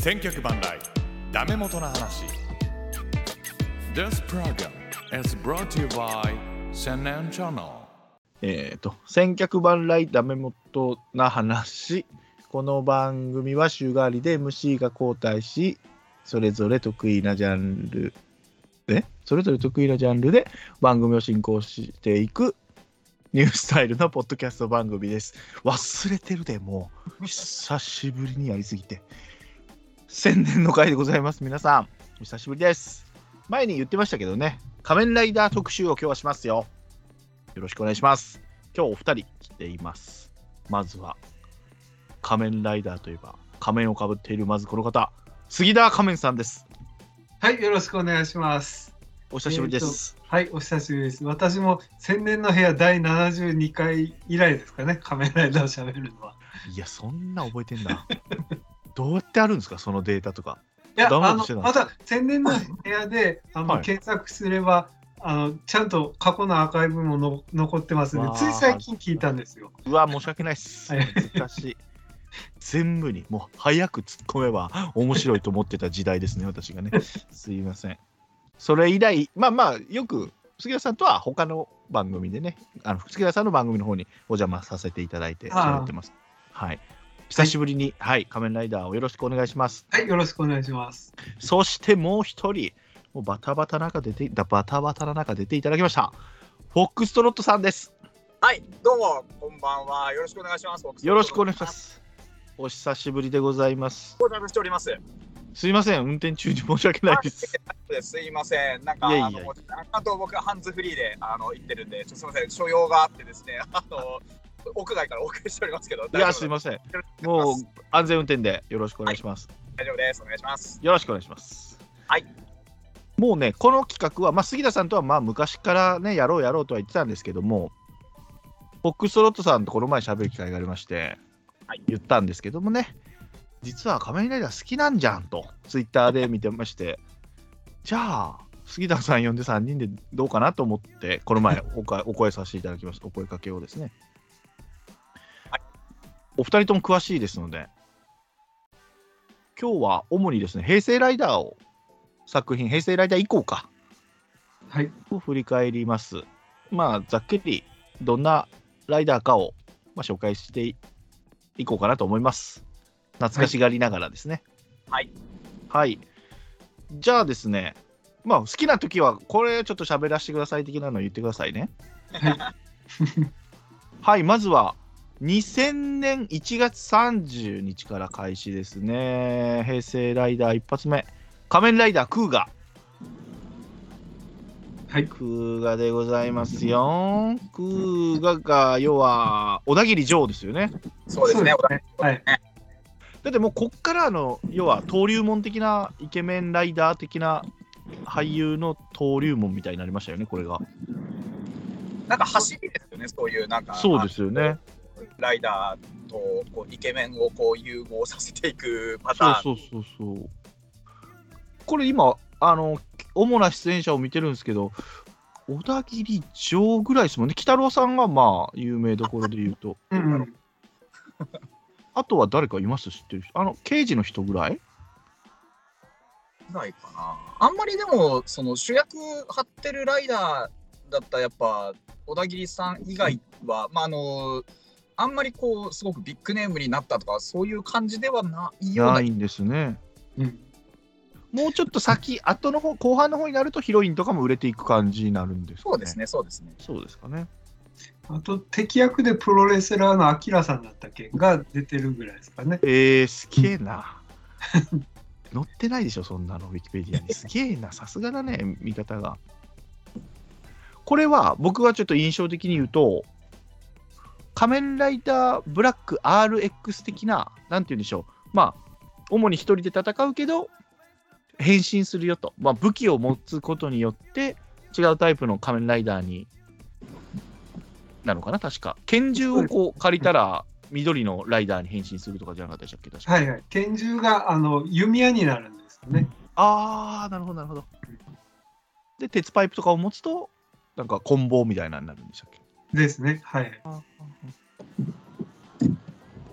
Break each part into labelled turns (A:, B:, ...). A: 千脚万来ダメ元の話 This program is brought to you by 千年チャンネル
B: えっ、と、千客万来ダメ元な話。この番組は週替わりで MC が交代し、それぞれ得意なジャンル、えそれぞれ得意なジャンルで番組を進行していくニュースタイルのポッドキャスト番組です。忘れてるで、もう。久しぶりにやりすぎて。千年の回でございます。皆さん、お久しぶりです。前に言ってましたけどね、仮面ライダー特集を今日はしますよ。よろしくお願いします。今日お二人来ています。まずは、仮面ライダーといえば、仮面をかぶっているまずこの方、杉田仮面さんです。
C: はい、よろしくお願いします。
B: お久しぶりです。
C: はい、お久しぶりです。私も千年の部屋第72回以来ですかね、仮面ライダーを喋るのは。
B: いや、そんな覚えてんな。どうやってあるんですか、そのデータとか。
C: いや、
B: ダウンロー
C: あ
B: ド
C: の
B: してた、んで
C: ます
B: か
C: た千年の部屋であの、
B: はい
C: 検索すれば、あのちゃんと過去のアーカイブもの残ってますん
B: わ
C: で、
B: あ
C: つい最近聞いたんですよ。
B: うわ、申し訳ないっす。
C: はい
B: 難しい。全部にもう早く突っ込めば面白いと思ってた時代ですね、私がね。すいません。それ以来、まあまあ、よく杉田さんとは他の番組でね、あの杉田さんの番組の方にお邪魔させていただいて、
C: ああ
B: 喋ってます。はい。久しぶりに、はい、仮面ライダーをよろしくお願いします。
C: はい、よろしくお願いします。
B: そしてもう一人、もうバタバタな中出て、バタバタな中出ていただきました。フォックストロットさんです。
D: はい、どうも、こんばんは。よろしくお願いします。僕
B: よろしくお願いしま。す。お久しぶりでございます。
D: ご無沙汰しております。
B: すいません、運転中に申し訳ないです。
D: すいません、なんか、
B: いやいや
D: あの、あと僕はハンズフリーで、あの、行ってるんで、ちょっとすいません、所用があってですね、 あの。屋外からお送りしておりますけど、
B: いや、すいません。
D: せ
B: もう
D: う、
B: 安全運転でよろしくお願いします。
D: 大丈夫です。お願いします。
B: よろしくお願いします。
D: はい。
B: もうね、この企画は、まあ、杉田さんとはまあ昔からね、やろうやろうとは言ってたんですけども、フォックストロットさんとこの前喋る機会がありまして、
D: はい
B: 言ったんですけどもね、実は仮面ライダー好きなんじゃんと、ツイッターで見てまして、 じゃあ、杉田さん呼んで3人でどうかなと思って、この 前おか、お声させていただきました、お声かけをですね。
D: はい
B: お二人とも詳しいですので、今日は主にですね、平成ライダーを作品、平成ライダー以降か、
C: はい、
B: を振り返ります。まあ、ざっくりどんなライダーかを、まあ、紹介していこうかなと思います。懐かしがりながらですね。
D: はい。
B: はい。じゃあですね、まあ、好きな時は、これちょっと喋らせてください的なの言ってくださいね。はい、まずは、2000年1月30日から開始ですね。平成ライダー一発目。仮面ライダークーガ。
C: はい、
B: クーガでございますよ。クーガが、要は、小田切城ですよね。
D: そうですね。
C: そうですねはい、
B: だってもうこっからあの要は登竜門的なイケメンライダー的な俳優の登竜門みたいになりましたよねこれが
D: なんか走りですよね。そういう、なんか。
B: そうですよね
D: ライダーと、こう、イケメンを、こう、融合させていくパター
B: そう
D: ン。
B: そうそうそうこれ今あの主な出演者を見てるんですけど小田切城ぐらいですもんね鬼太郎さんがまあ有名どころで言うと
C: うんうん。
B: あとは誰かいます知ってる人あの刑事の人ぐらい
D: ないかな。あんまりでも、その主役張ってるライダーだったらやっぱ、小田切さん以外は、まあ、あの、あんまりこう、すごくビッグネームになったとか、そういう感じではないような。
B: ないんですね
C: うん、
B: もうちょっと先後の方後半の方になるとヒロインとかも売れていく感じになるんですか
D: そ
B: ね
D: うですね、そうですね。
B: そうですかね
C: あと、敵役でプロレスラーのアキラさんだったっけが出てるぐらいですかね。
B: えー、すげえな。載ってないでしょ、そんなの、ウィキペディアに。すげえな、さすがだね、見方が。これは、僕はちょっと印象的に言うと、仮面ライダーブラック RX 的な、なんて言うんでしょう、まあ、主に一人で戦うけど、変身するよと、まあ、武器を持つことによって、違うタイプの仮面ライダーになのかな、確か。拳銃をこう借りたら、緑のライダーに変身するとかじゃなかったでしたっけ、確か。
C: はいはい、拳銃があの弓矢になるんですよね。
B: あー、なるほど、なるほど。で、鉄パイプとかを持つと、なんか、棍棒みたいなのになるんでしたっけ
C: ですね。はい。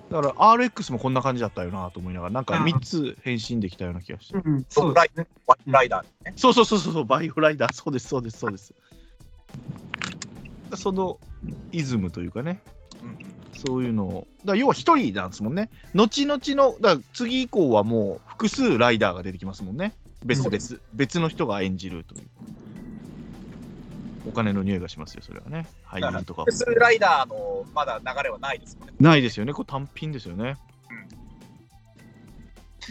B: だから RX もこんな感じだったよなと思いながら、なんか
C: うん
B: 3つ変身できたような気がして。
C: うん、そうですね。
E: ワイライダーね。
B: そうそうそうそう、バイオライダー、そうです、そうです、そうです。そのイズムというかね、
E: うん
B: そういうのを、だから要は一人なんですもんね。後々の、だから次以降はもう複数ライダーが出てきますもんね。別
E: そうで
B: 々、別の人が演じるという。お金の匂いがしますよ、それはね。俳優とかも
E: 複数ライダーのまだ流れはないですもんね。
B: ないですよね、これ単品ですよね。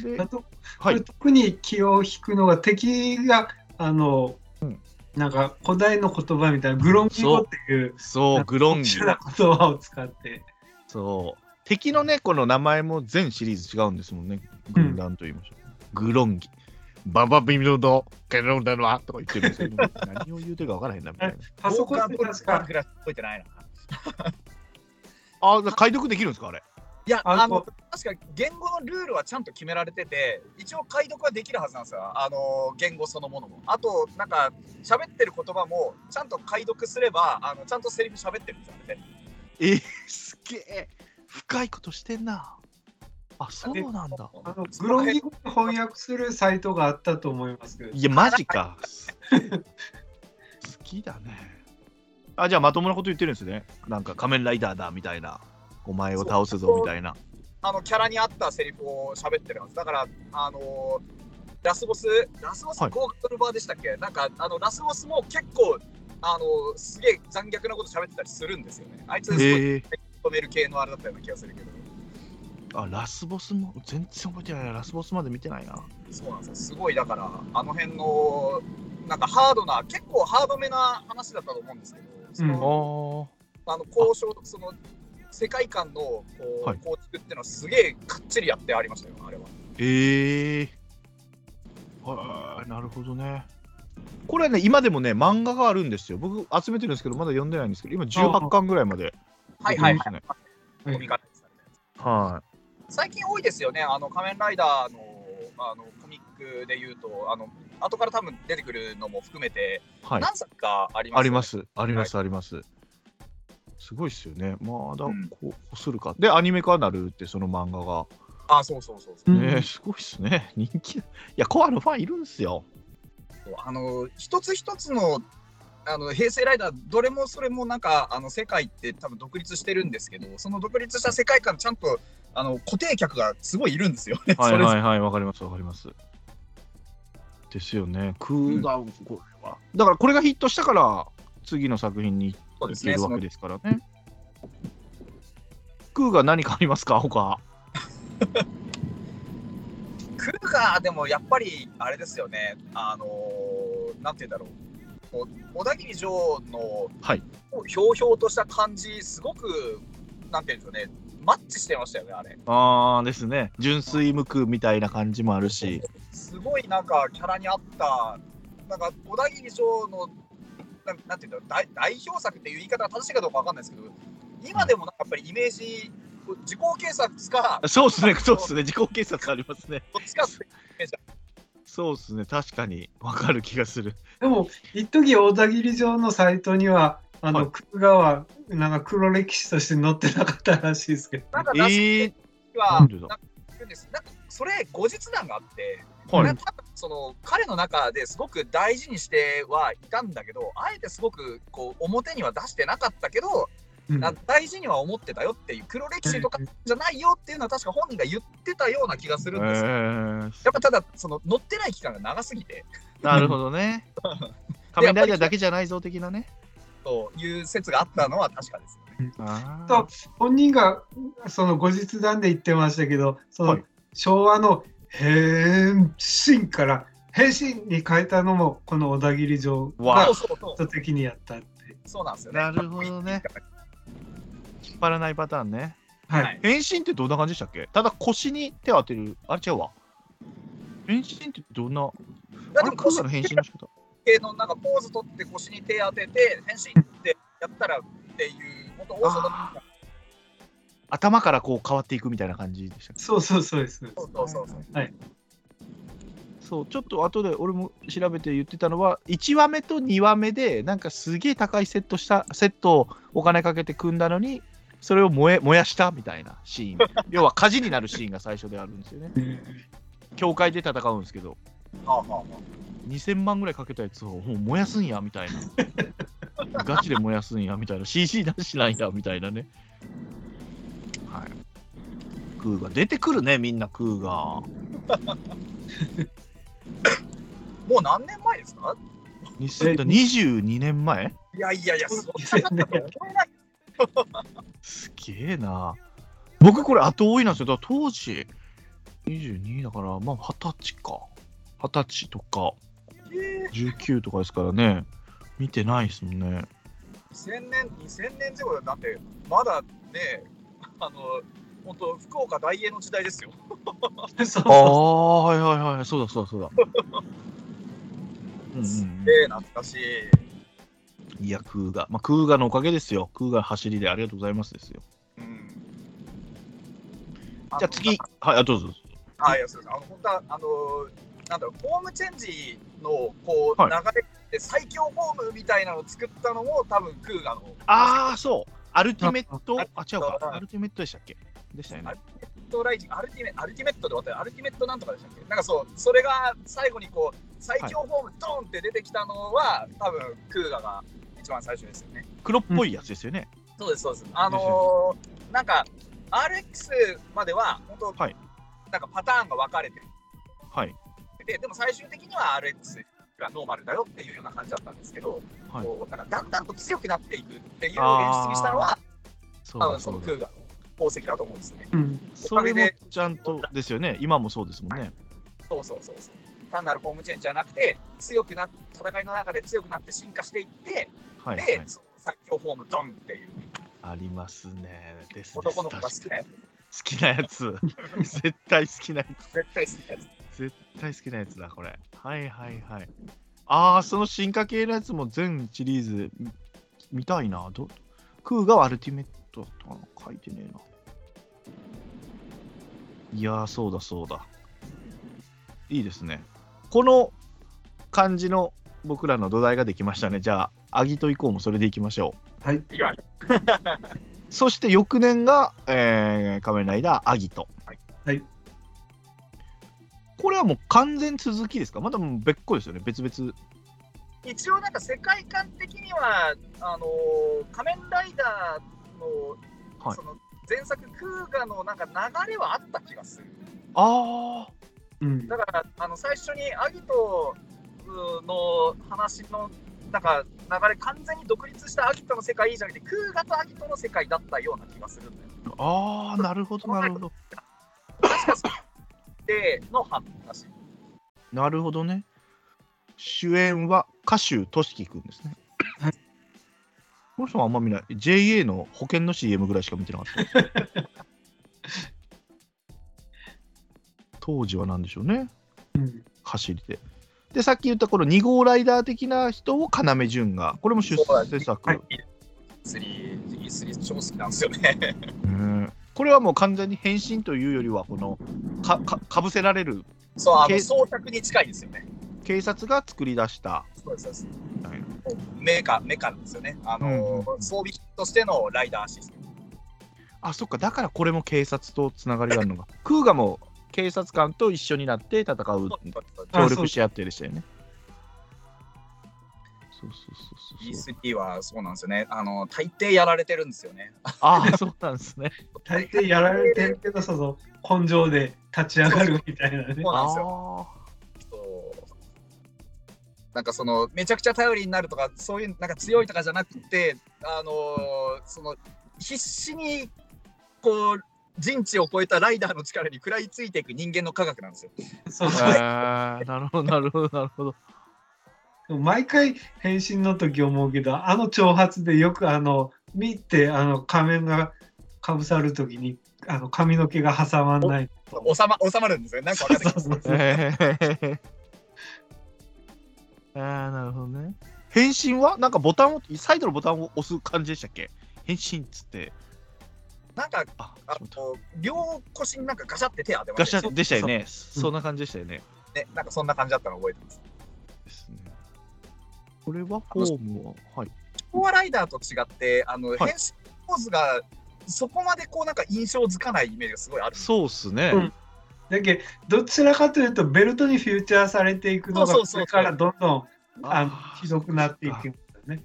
B: で
C: あと、
B: は
C: これ
B: い、
C: 特に気を引くのが敵があの、
B: うん
C: なんか古代の言葉みたいなグロンギ語っていう
B: そう、グロンギ
C: 特。殊な言葉を使って
B: そう。敵のね、この名前も全シリーズ違うんですもんね。軍団と言いましょう。グロンギ。ババビロド、ケロンダラとか言ってるんですけど、何を言うてるか分からへんなみたいな。
C: パソコンで確か
E: ぐらい覚えてないな。
B: あ、だから解読できるんですか、あれ。
E: いや、
C: あ
E: あ
C: の
E: の、確か言語のルールはちゃんと決められてて、一応解読はできるはずなんですよ。あの、言語そのものも。あと、なんか、喋ってる言葉も、ちゃんと解読すれば、あのちゃんとセリフ喋ってるんですよね。
B: えー、すげえ。深いことしてんな。あ、そうなんだ。
C: あのグロンギ語を翻訳するサイトがあったと思いますけど
B: いや、マジ か。好きだね。あ、じゃあまともなこと言ってるんですね。なんか仮面ライダーだみたいな。お前を倒すぞみたいな。
E: あのキャラに合ったセリフを喋ってるはずだからあのーラスボスラスボス
B: はい
E: ゴーガルバーでしたっけ、なんかあのラスボスも結構あのーすげえ残虐なこと喋ってたりするんですよねあいつすごい
B: へえ。
E: 止める系のあれだったような気がするけど
B: あ、ラスボスも全然覚えてないな。ラスボスまで見てないな。
E: そうなんですよすごいだからあの辺のなんかハードな結構ハードめな話だったと思うんですけどそ
B: あ
E: の、
B: ー
E: あの交渉その世界観のこう、
B: はい
E: 構築っていうのはすげえかっちりやってありましたよあれは。
B: ええはい、なるほどね。これね、今でもね、漫画があるんですよ。僕、集めてるんですけど、まだ読んでないんですけど、今18巻ぐらいまで。
E: はいはい
B: 出て
E: は
B: ま
E: い。コミカルですね
B: は
E: 最近多いですよね、あの仮面ライダーのあのコミックでいうと、あの後から多分出てくるのも含めて、
B: い。はい。
E: 何作かあります、
B: ありま。す、あります、あります。すごいっすよね。まだ
E: うん
B: こう、こうするか。で、アニメ化なるって、その漫画が。
E: あ、そうそうそうそうう。
C: ん
B: ねえすごいっすね。人気。いや、コアのファンいるんすよ。
E: あの一つ一つのあの平成ライダー、どれもそれもなんかあの世界って多分独立してるんですけど、その独立した世界観ちゃんとあの固定客がすごいいるんですよね。
B: はい
E: それぞ
B: は
E: れ
B: いはい、わかります、わかります。ですよね、クーダウン、これは。だからこれがヒットしたから、次の作品に
E: そうで
B: 行
E: す
B: け
E: ね。
B: る
E: そ
B: わ
E: の
B: けですからね。クーが何かありますか、他。
E: クーガーでもやっぱりあれですよね、あのーなんて言うんだろう、お小田切女王の、
B: はい
E: ひょうひょうとした感じ、すごく、なんて言うんでしょうね、マッチしてましたよね、あれ。
B: あーですね、純粋無垢みたいな感じもあるし、
E: すごいなんかキャラに合った、なんか小田切女王の、なんなんて言うんだろう代、代表作っていう言い方が正しいかどうかわかんないですけど、今でもなんかやっぱりイメージ、こう自己警察か、
B: そうっすね、そうっすね、自己警察ありますね。
E: どっちかって、
B: そうっすね、確かにわかる気がする。
C: でも一時小田切城のサイトにはあの、
B: はい
C: クーガはなんか黒歴史として載ってなかったらしいですけど
E: なんか
B: え
E: 出し
B: ー、
E: は、な
B: な
E: んん
B: でだ
E: か言うんですなんかそれ、後日談があって。
B: は。
E: ない多分その彼の中ですごく大事にしてはいたんだけどあえてすごくこう表には出してなかったけど、
C: うん
E: な大事には思ってたよっていう黒歴史とかじゃないよっていうのは確か本人が言ってたような気がす
B: え
E: るんですよ
B: ー、
E: やっぱただその乗ってない期間が長すぎて
B: なるほ どね。仮面ライダーだけじゃないぞ的なね。
E: という説があったのは確かですよね。
B: あー
C: と本人がその後日談で言ってましたけどその、
B: はい
C: 昭和の変身から変身に変えたのもこの小田切城
B: わあ
C: が
E: そうそうそう
C: 意図的にやったって。
E: そうなんですよね。
B: なるほどね。引っ張らないパターンね。
C: はい。
E: はい
B: 変身ってどんな感じでしたっけただ腰に手を当てる。あれ違うわ。変身ってどんな。
E: い
B: あ
E: やで
B: れ
E: も
B: クー
E: 腰
B: ガの変身の仕方
E: 系のなんかポーズ取って腰に手当てて変身ってやったらっていう本当オーソドックスな
B: 頭からこう変わっていくみたいな感じでしたっけ
C: そうそうそうです。そうです
E: そうそうそう。
B: そうちょっと後で俺も調べて言ってたのは1話目と2話目でなんかすげえ高いセットしたセットをお金かけて組んだのにそれを燃え燃やしたみたいな シーン要は火事になるシーンが最初であるんですよね教会で戦うんですけど
E: あはあは
B: 2000万ぐらいかけたやつをもう燃やすんやみたいなガチで燃やすんやみたいな CC 出しないんだみたいなねはいクーガー出てくるねみんなクーガー
E: あもう何年前ですか
B: 2000 22年前
E: いやいやいや、そんなこと思えない。
B: すげえな僕これ後追いなんですよだから当時22だからまあ二十歳か二十歳とか
E: え
B: 19とかですからね見てないですもんね
E: ー2000年、2000年前後だって、まだね、あの、本当福岡大英の時代ですよ。
C: そう
B: あ
C: そ
B: あはいはいはいそうだそうだそうだうんうんうん
E: ええ懐かしい。
B: いや、クーガー。まあ、クーガーのおかげですよ。クーガー走りでありがとうございますですよ。
E: うん、
B: じゃあ次、はい、あどうぞ。
E: あ、いや、そうです。あの、本当は、あの、なんだろう、ホームチェンジの、こう、
B: はい
E: 流れで最強ホームみたいなのを作ったのも、多分クーガの。
B: ああ、そう。アルティメット
E: あ、
B: あ、違うか。アルティメットでしたっけでしたよね
E: ア。ルティメットライジング、アルティメアルティメットで終わったよアルティメットなんとかでしたっけなんかそう、それが最後にこう、最強ホーム、ドーンって出てきたのは、多分クーガが一番最初ですよね。
B: 黒っぽいやつですよね。
E: そうです、そうです。あのー、なんか、RX までは、本当、
B: はい
E: なんかパターンが分かれて
B: はい。
E: て、でも最終的には RX がノーマルだよっていうような感じだったんですけど、
B: はい
E: こうなんかだんだんと強くなっていくっていう演出にしたのは、
B: そう
E: 多
B: だ
E: 分そ
B: そ
E: の
B: う
E: ク
B: だ
E: ーガの功績だと思うんですね。
C: う。うん。
B: それもちゃんとですよね。今もそうですもんね。
E: そうそうそうそう。単なるホームチェンジじゃなくて、強くなっ戦いの中で強くなって進化していって、
B: はい、は
E: で
B: い、。
E: そう最強ホームドンっていう、
B: ありますね。ですです
E: 男の子が好きなやつ、
B: 好きなやつ。 絶対好きなやつ。
E: 絶対好きなやつ。
B: 絶対好きなやつだ、これ。はいはいはい。ああ、その進化系のやつも全シリーズみ見たいな。どクーガはアルティメットだったかな書いてねえな。いやー、そうだそうだ。いいですね。この感じの僕らの土台ができましたね。じゃあ、アギト以降もそれでいきましょう。
C: はい。
E: いわゆる
B: そして翌年が、えー、仮面ライダーアギト。
C: はい。
B: これはもう完全続きですかまだもう別個ですよね。別々。
E: 一応なんか世界観的には、あのー仮面ライダーの、
B: はい
E: その前作クーガのなんか流れはあった気がする。
B: ああ。
C: うん。
E: だからあの最初にアギトの話のなんか流れ完全に独立したアギトの世界じゃなくてクーガとアギトの世界だったような気がするんだよ。
B: ああ、なるほど、なるほど。
E: 確かそうでの話。
B: なるほどね。主演は歌手としきくんですね
C: はい。
B: この人はあんま見ない。JA の保険の CM ぐらいしか見てなかった。 当時は何でしょうね。
C: うん。
B: 走りで。で、さっき言ったこの2号ライダー的な人を要潤が、これも出世作。
C: はい
E: 3、3超好きなんですよね。
B: うんこれはもう完全に変身というよりは、このかかかぶせられる
E: そう、あの
B: け
E: 装着に近いですよね。
B: 警察が作り出した。
E: そうですそうです
B: はい
E: メーカー、メカですよね。あのー、
B: うん
E: 装備としてのライダーシステム。
B: あそっかだからこれも警察とつながりがあるのがクーガも警察官と一緒になって戦う協
C: あそう
B: 力し合ってでしたよねそうそうそうそうそう
E: E3 はそうなんですよね。あの、大抵やられてるんですよね。
B: ああそうなんですね
C: 大抵やられてるけど、その根性で立ち上がるみたいなね
E: そ。うなん
B: あ
E: ですよ。
B: あ
E: そうなんかそのめちゃくちゃ頼りになるとかそういうなんか強いとかじゃなくてあのーその必死にこう人知を超えたライダーの力に食らいついていく人間の科学なんですよ。
C: そうそう。
B: えーなるほどなるほどなるほど
C: でも毎回変身の時思うけどあの挑発でよくあの見てあの仮面がかぶさる時にあの髪の毛が挟まんない
E: 収ま収まるんですよ。なんか分かんないけど
C: そうそうそう
B: えーああなるほどね変身はなんかボタンをサイドのボタンを押す感じでしたっけ変身っつって
E: なんか
B: あ
E: あ
B: しまった
E: の両腰になんかガシャって手当てま
B: ガ
E: し
B: シ
E: たよ
B: ャでしたよねそんな感じでしたよね、
E: ね。なんかそんな感じだったの覚えてます。
B: ですね。これはフォームは、はい。
E: コアライダーと違ってあの、
B: い
E: 変身ポーズがそこまでこうなんか印象づかないイメージがすごいある。
B: そうっすね。
C: うんだけどどちらかというとベルトにフューチャーされていくのが
E: そう
C: こ
E: そうそう
C: れからどんどんあの
B: あー
C: ひどくなっていくんだよね。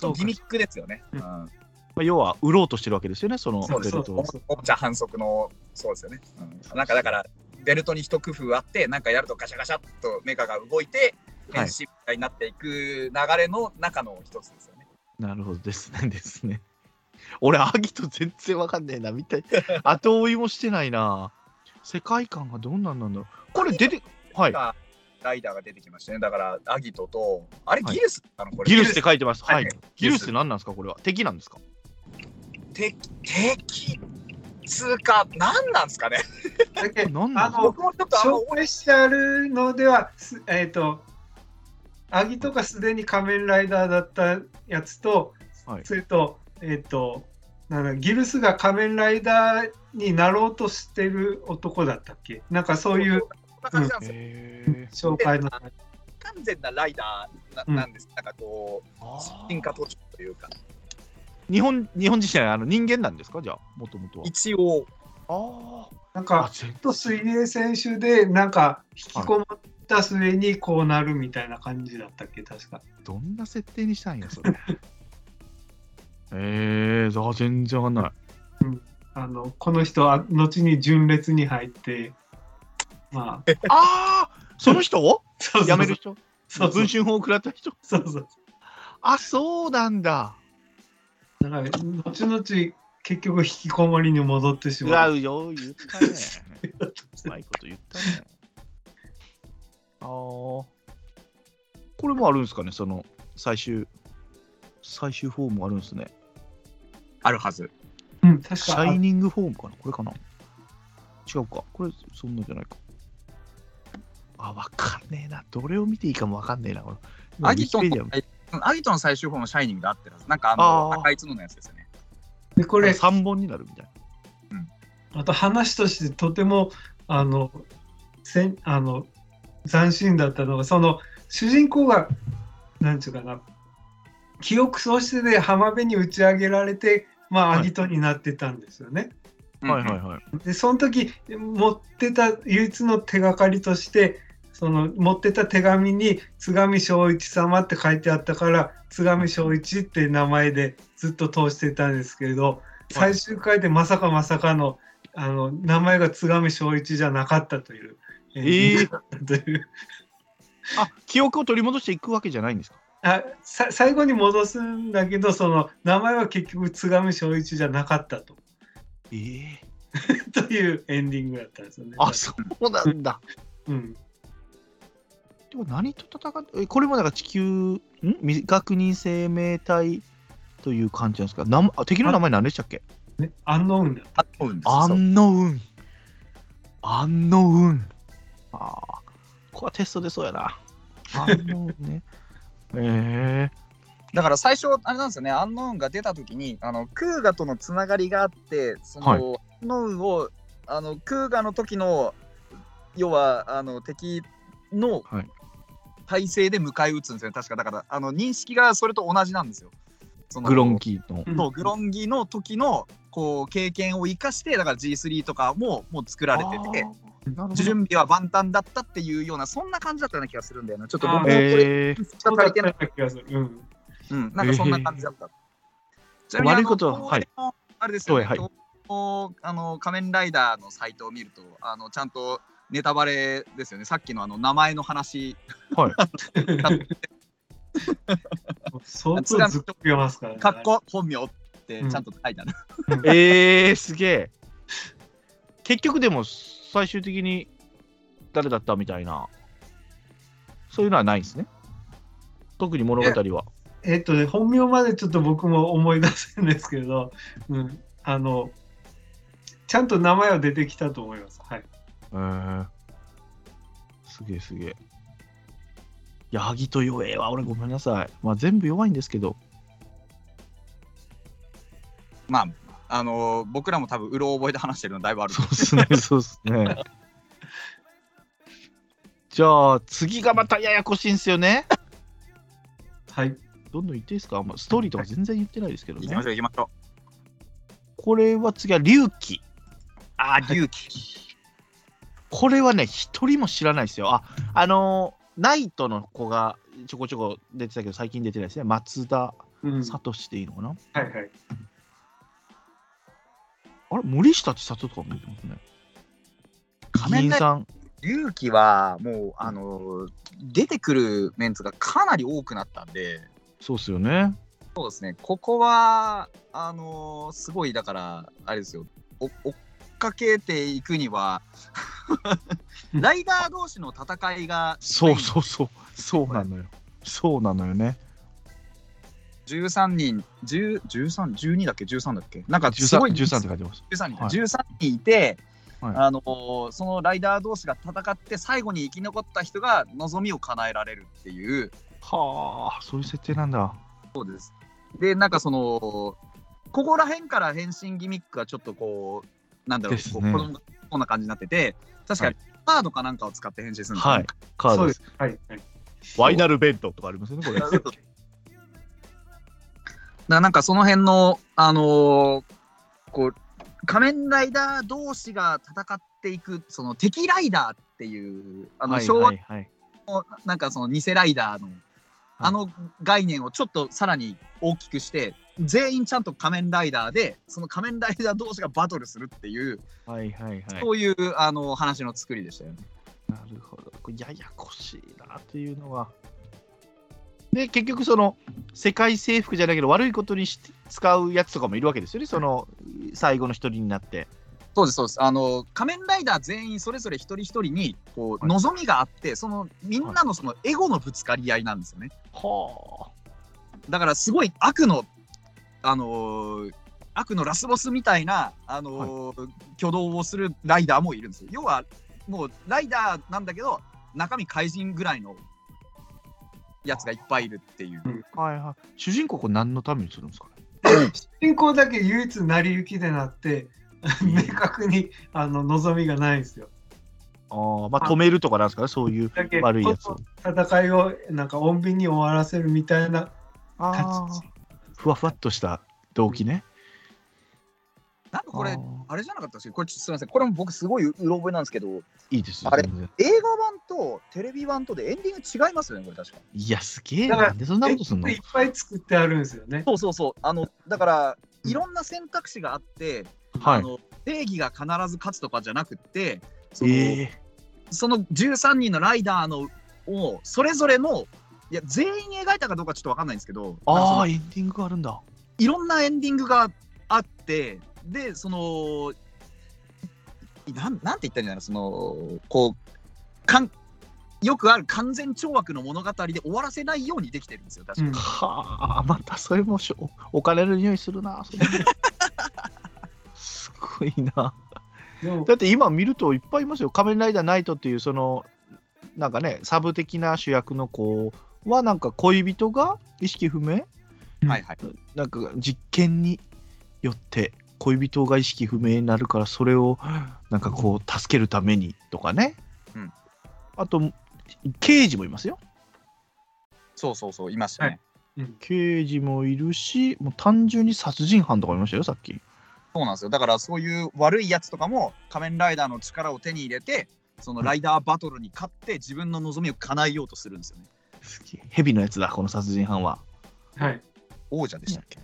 E: ちょっとギミックですよね。
C: そ
E: う
C: う
E: ん
B: まあ、要は売ろうとしてるわけですよね、その
E: そう
B: ベ
E: です
B: ルトを。
E: おもちゃ反則の、そうですよね。うんなんかだから、ベルトに一工夫あって、なんかやるとガシャガシャっとメカが動いて、変
B: はい
E: 身みたいになっていく流れの中の一つですよね。
B: なるほどですね、ですね。俺、アギト全然わかんねえな、みた い。後追いもしてないな。世界観がどんなんなんだろう。これ出て、はい。
E: がライダーが出てきましたね。だから、アギトと、あれ、
B: はい
E: ギルスなのこれ。
B: ギルスって書いてます。はい
E: はい。
B: ギルスって何なんですか、これは。敵なんですか
E: 敵、敵、通過、何なんですか ね。
C: だけど
B: 何な
C: あ
B: んですか
C: の
E: 僕もちょっとあんま
C: 紹介してあるのでは、すえっ、と、アギとかすでに仮面ライダーだったやつと、
B: はい
C: それと、えっ、と、なんだギルスが仮面ライダーになろうとしてる男だったっけなんかそういう
E: こんな感じなんですよ。
B: へえ。
C: 紹介の。
E: 不完全なライダーな
C: うん
E: なんです。なんかこう、進化途中というか、
B: 日本日本人じゃない、あの人間なんですか、じゃあ、もともとは。
E: 一応、
B: あ
C: なん
B: あ。あ
C: か、
B: 全
C: ちょっと水泳選手で、なんか、引きこもった末にこうなるみたいな感じだったっけ確か。
B: どんな設定にしたんや、それ。えー、あ全然わかん ない。
C: あの、この人は、後に純烈に入って、まあ、
B: ああその人を
C: そうそうそ
B: 辞
C: う
B: める人
C: そうそう
B: 文春法を食らった人
C: そうそう。
B: あ、そうなんだ。
C: だから後々結局引きこもりに戻ってし
B: う
C: ま
B: わ、
C: う。
B: うよ、言ったね。うまいこと言ったね。 ああ。これもあるんですかね、その、最終、最終フォームあるんですね。
E: あるはず。
C: うん、確
B: シ
C: か
B: ャイニングフォームかなこれかな違うかこれ、そんなんじゃないか。あ、わかんねえな。どれを見ていいかもわかんねえな。これ
E: アギト
B: ウィキペディア
E: のアギトの最終本のシャイニングが合ってるはず。なんかあ
B: あ
E: の
B: ー
E: 赤い角のやつですよね。
C: でこ
B: これ
C: れ、
B: 3本になるみたいな。
C: あと話としてとてもあのせんあの斬新だったのが、その主人公が、なんちゅうかな、記憶喪失で浜辺に打ち上げられて、まあ、
B: はい
C: アギトになってたんですよね。
B: はい
E: うん
B: は
E: う
B: い
E: ん
B: はい。
C: で、その時持ってた唯一の手がかりとして、その持ってた手紙に津上正一様って書いてあったから津上正一って名前でずっと通してたんですけれど最終回でまさかまさかのあの名前が津上正一じゃなかったという。え
B: ええ
C: という
B: あ、記憶を取り戻していくわけじゃないんですか
C: あさ最後に戻すんだけどその名前は結局津上正一じゃなかったと
B: ええ
C: というエンディングだったんですよね。
B: あ、そうなんだ。
C: うん、
B: でも何と戦うえこれもだから地球ん未確認生命体という感じなんですか名前あ敵の名前何でしたっけ
C: ねアンノウンだ
E: あそうです
B: ア
E: そう
B: ンノウンアンノウンああこれはテストでそうやなアンノウンね え
E: だから最初、あれなんですよね、アンノーンが出たときにあの、クーガとのつながりがあって、その、
B: はい
E: アンノーンをあのクーガの時の、要はあの敵の
B: はい
E: 体勢で迎え撃つんですよね、確か。だからあの認識がそれと同じなんですよ。そ
B: ー、
E: の
B: グロンキーの
E: そうグロンギの時のこう経験を生かしてだから G3 とかももう作られてて
B: あーなるほど
E: 準備は万端だったっていうようなそんな感じだったような気がするんだよな、ね、ちょっと僕もこれ、
B: えー、
E: ちょっと書いて
C: よ
E: ないう
C: な気がする。うん
E: うん、なんかそんな感じだった。ちなみに
B: 悪いことは
E: あの
B: はい
E: あれですよね、
B: はいはい
E: 東宝あの仮面ライダーのサイトを見るとあのちゃんとネタバレですよねさっきのあの名前の話
B: はい
C: 相当ずっと読ますからね。
E: かっこ本名ってちゃんと書いてある、
B: えー、すげえ結局でも最終的に誰だったみたいなそういうのはないんですね特に物語は
C: えっとね、本名までちょっと僕も思い出せんですけど、うん、あの、ちゃんと名前は出てきたと思います。はい。
B: えー、すげえすげえ。ヤギと弱えわ、俺ごめんなさい。まあ全部弱いんですけど。
E: まああの僕らも多分うろ覚えで話してるのだいぶある
B: そうっす ね、そうっすね。じゃあ次がまたややこしいんすよね。
C: はい。
B: どんどん言っていいですか、まあ、ストーリーとか全然言ってないですけど
E: 行
B: ね
E: き。ましょう行きましょ
B: これは次は龍騎。
E: あー、龍騎。
B: これはね、一人も知らないですよ。あ、あのーナイトの子がちょこちょこ出てたけど、最近出てないですね。松田
C: うん、は
B: 聡っていいのかな、
C: いはい。
B: あれ、森下千里とかも出てますね。
E: 仮
B: 議
E: 面
B: 員
E: ライダー
B: さん。
E: 龍騎は、もう、あの、出てくるメンツがかなり多くなったんで、
B: そうっすよね。
E: そうですね、ここは、あのーすごい、だから、あれですよ、お追っかけていくには、ライダー同士の戦いが
B: そうそうそう。そうなのよ。そうなのよね。
E: 13人、10 13、12だっけ、13だっけ、なんかす
B: 13
E: ごい
B: 13っ
E: 13
B: て書いてます。
E: 人か
B: はい
E: 13人いて、
B: はい
E: あのーそのライダー同士が戦って、最後に生き残った人が望みを叶えられるっていう、
B: はあ、そういう設定なんだ。
E: で、なんかその、ここら辺から変身ギミックがちょっとこう、なんだろう、
B: です
E: こ
B: ね
E: う子供がこんな感じになってて、確かにカードかなんかを使って変身するんですよ
B: はい。カー
C: そ
B: ド
C: う
B: で。
C: ですす。はいはい。
B: ワイナルベッドとかありますよね、こ れ。
E: だからなんかその辺の、あのーこう、仮面ライダー同士が戦っていく、その敵ライダーっていう、あの
B: はい
E: 昭和
B: は
E: の、
B: いはい。
E: なんかその偽ライダーの、あの概念をちょっとさらに大きくして、全員ちゃんと仮面ライダーで、その仮面ライダー同士がバトルするっていう、
B: はいはいはい。
E: そういうあの話の作りでしたよね。
B: なるほど。これややこしいなというのは。で、結局、その世界征服じゃないけど、悪いことにして使うやつとかもいるわけですよね、その最後の一人になって。
E: そうです、そうです。あの、仮面ライダー全員それぞれ一人一人に、こう、
B: はい
E: 望みがあって、その、みんなのその、エゴのぶつかり合いなんですよね。
B: は
E: だから、すごい悪の、あのー悪のラスボスみたいな、あのー挙動をするライダーもいるんですよ。要は、もう、ライダーなんだけど、中身怪人ぐらいの、やつがいっぱいいるっていう。
B: あ。はいはい。主人公、これ何のためにするんですかね。
C: 進行だけ唯一成り行きでなって、明確にあの望みがないんですよ。
B: ああ、まあ、止めるとかなんですかね、そういう
C: だけ
B: 悪いやつを。
C: 戦いをなんか穏便に終わらせるみたいな
B: あ
C: 立
B: あ
C: ち。
B: ふわふわっとした動機ね。
E: なんかこれ
B: あ、ー
E: あれじゃなかったですけど、これちょっとすみません、これも僕すごいうろ覚えなんですけど、
B: いいですよ
E: あれ
B: 全然
E: 映画版とテレビ版とでエンディング違いますよね、これ確か。
B: いや、すげえ
C: だか
B: な。
C: ら
B: なんでそんなことすんの
C: いっぱい作ってあるんですよね。
E: そうそうそう。あの、だから、
C: うん
E: いろんな選択肢があって、
B: は
E: あ
B: い。
E: の定義が必ず勝つとかじゃなくって、その,、
B: ええ
E: その13人のライダーのを、それぞれの、いや、全員描いたかどうかちょっとわかんないんですけど、
B: あ
E: なんかその
B: あ、エンディングがあるんだ。
E: いろんなエンディングがあって、で、その、なんなんて言ったらいいんだろう、その、こう、かんよくある完全懲悪の物語で終わらせないようにできてるんですよ、確か
C: うん
B: はあ、またそれもしょおお金の匂いするな。それすごいな。
C: でも
B: だって今見るといっぱいいますよ。仮面ライダーナイトっていうそのなんかねサブ的な主役の子はなんか恋人が意識不明
C: うん
E: はいはい。
B: なんか実験によって恋人が意識不明になるからそれをなんかこう助けるためにとかね。
E: うん
B: あと刑事もいますよ。
E: そうそうそう、いましたね。
C: はいうん
B: 刑事もいるし、もう単純に殺人犯とかいましたよ、さっき。
E: そうなんですよ。だからそういう悪いやつとかも仮面ライダーの力を手に入れて、そのライダーバトルに勝って自分の望みを叶えようとするんですよね。
B: 蛇のやつだ、この殺人犯は。
C: はい、
E: 王者でしたっけ、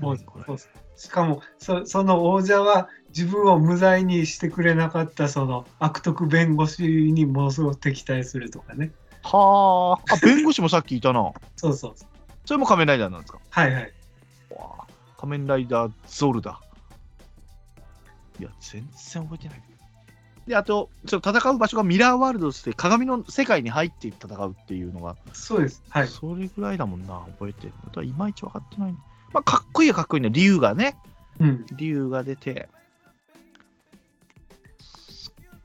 C: そう
B: これ
C: そうしかもそその王者は自分を無罪にしてくれなかったその悪徳弁護士にものすごく敵対するとかね。
B: はあ、あ、弁護士もさっきいたな。
C: そうそうそう。
B: それも仮面ライダーなんですか。
C: はいはい。
B: わあ仮面ライダーゾルだ。いや、全然覚えてない。で、あと、その戦う場所がミラーワールドって鏡の世界に入って戦うっていうのが、
C: そうです。はい。
B: それぐらいだもんな、覚えてるのとはいまいち分かってない、まあ、かっこいいはかっこいいね、理由がね。
C: うん。
B: 竜が出て、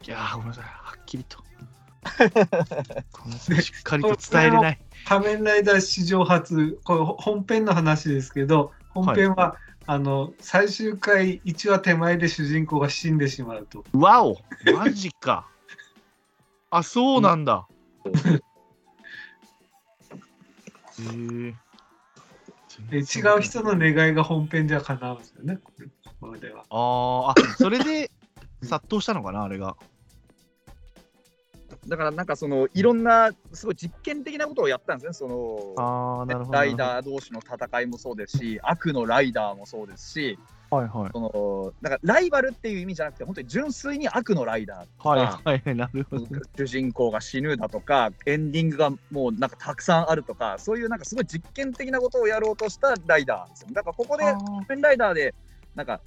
B: いやー、ごめんなさい、はっきり と。ごめんなさいしっかりと伝えれない。
C: 仮面ライダー史上初、これほ本編の話ですけど、本編は、あの最終回1話手前で主人公が死んでしまうと。
B: わお、マジか。あ、そうなんだ。へえ
C: で違う人の願いが本編じゃ叶うんですよね。これでは。
B: あーあ、それで殺到したのかな、あれが。
E: だからなんかそのいろんなすごい実験的なことをやったんですね、その
B: ああ、なるほど。
E: ライダー同士の戦いもそうですし、悪のライダーもそうですし、
B: はいはい。
E: そのなんかライバルっていう意味じゃなくて、本当に純粋に悪のライダー
B: はいはい、なるほど。
E: 主人公が死ぬだとかエンディングがもうなんかたくさんあるとかそういうなんかすごい実験的なことをやろうとしたライダーですよだからここで
B: あ
E: 仮
B: ー
E: 面ライダーでなんか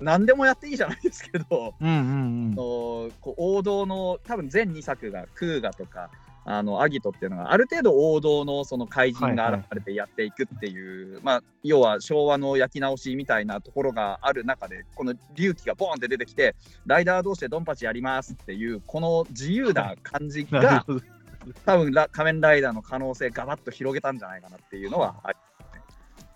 E: 何でもやっていいじゃないですけど、
B: うんうんうん
E: あの。こう王道の多分全2作がクーガとかあのアギトっていうのがある程度王道のその怪人が現れてやっていくっていう、まあ要は昭和の焼き直しみたいなところがある中でこの隆起がボーンって出てきてライダー同士でドンパチやりますっていうこの自由な感じ
B: なる
E: が
B: ほど。
E: 多分ラ仮面ライダーの可能性ガバッと広げたんじゃないかなっていうのはあり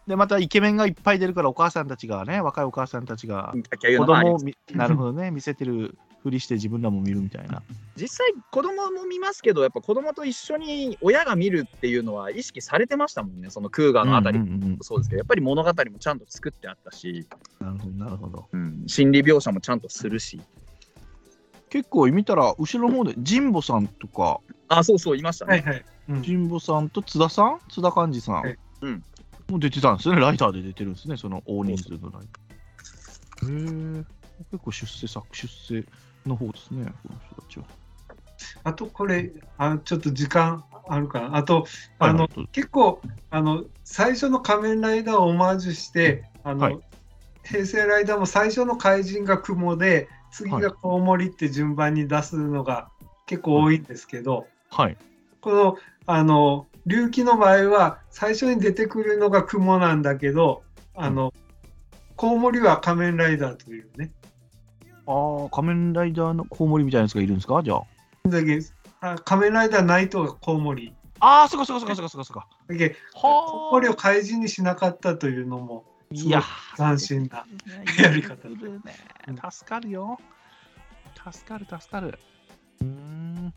B: で、またイケメンがいっぱい出るから、お母さんたちがね、若いお母さんたちが、
E: っていう
B: 子
E: のはあり
B: 供
E: ま
B: を
E: す
B: み、 なるほどね、見せてるふりして自分らも見るみたいな。
E: 実際子供も見ますけどやっぱ子供と一緒に親が見るっていうのは意識されてましたもんねそのクーガーのあたり
B: うんうんうん
E: そうですけどやっぱり物語もちゃんと作ってあったし、
B: なるほど、なるほど。
E: 心理描写もちゃんとするし
B: 結構見たら、後ろの方で、神保さんとか、
E: あそうそういましたね、
C: はいはい。うん
B: 神保さんと津田さん津田寛治さ
C: はい
B: ん、
E: うん
B: もう出てたんですよねライターで出てるんですねその大人数のライターへえ結構出世作出世の方ですねこの人たちは
C: あとこれあ、ちょっと時間あるかな。あと、あの、
B: はいはい
C: 結構あの最初の仮面ライダーをオマージュしてあの、
B: はい
C: 平成ライダーも最初の怪人が雲で次
B: はい
C: がコウモリって順番に出すのが結構多いんですけど、
B: はい
C: このあの隆起の場合は最初に出てくるのが雲なんだけどあの、コウモリは仮面ライダーというね
B: ああ仮面ライダーのコウモリみたいなやつがいるんですかじゃあ
C: だけあ仮面ライダーナイトがコウモリ
B: ああそっかそっかそっかそっかそっか
C: だけコウモ
B: は
C: リを怪人にしなかったというのも
B: あ
C: すご
B: い
C: い
B: や
C: 斬新な。
B: い
C: やり方
B: いるね助かるよ助かる助かるうーん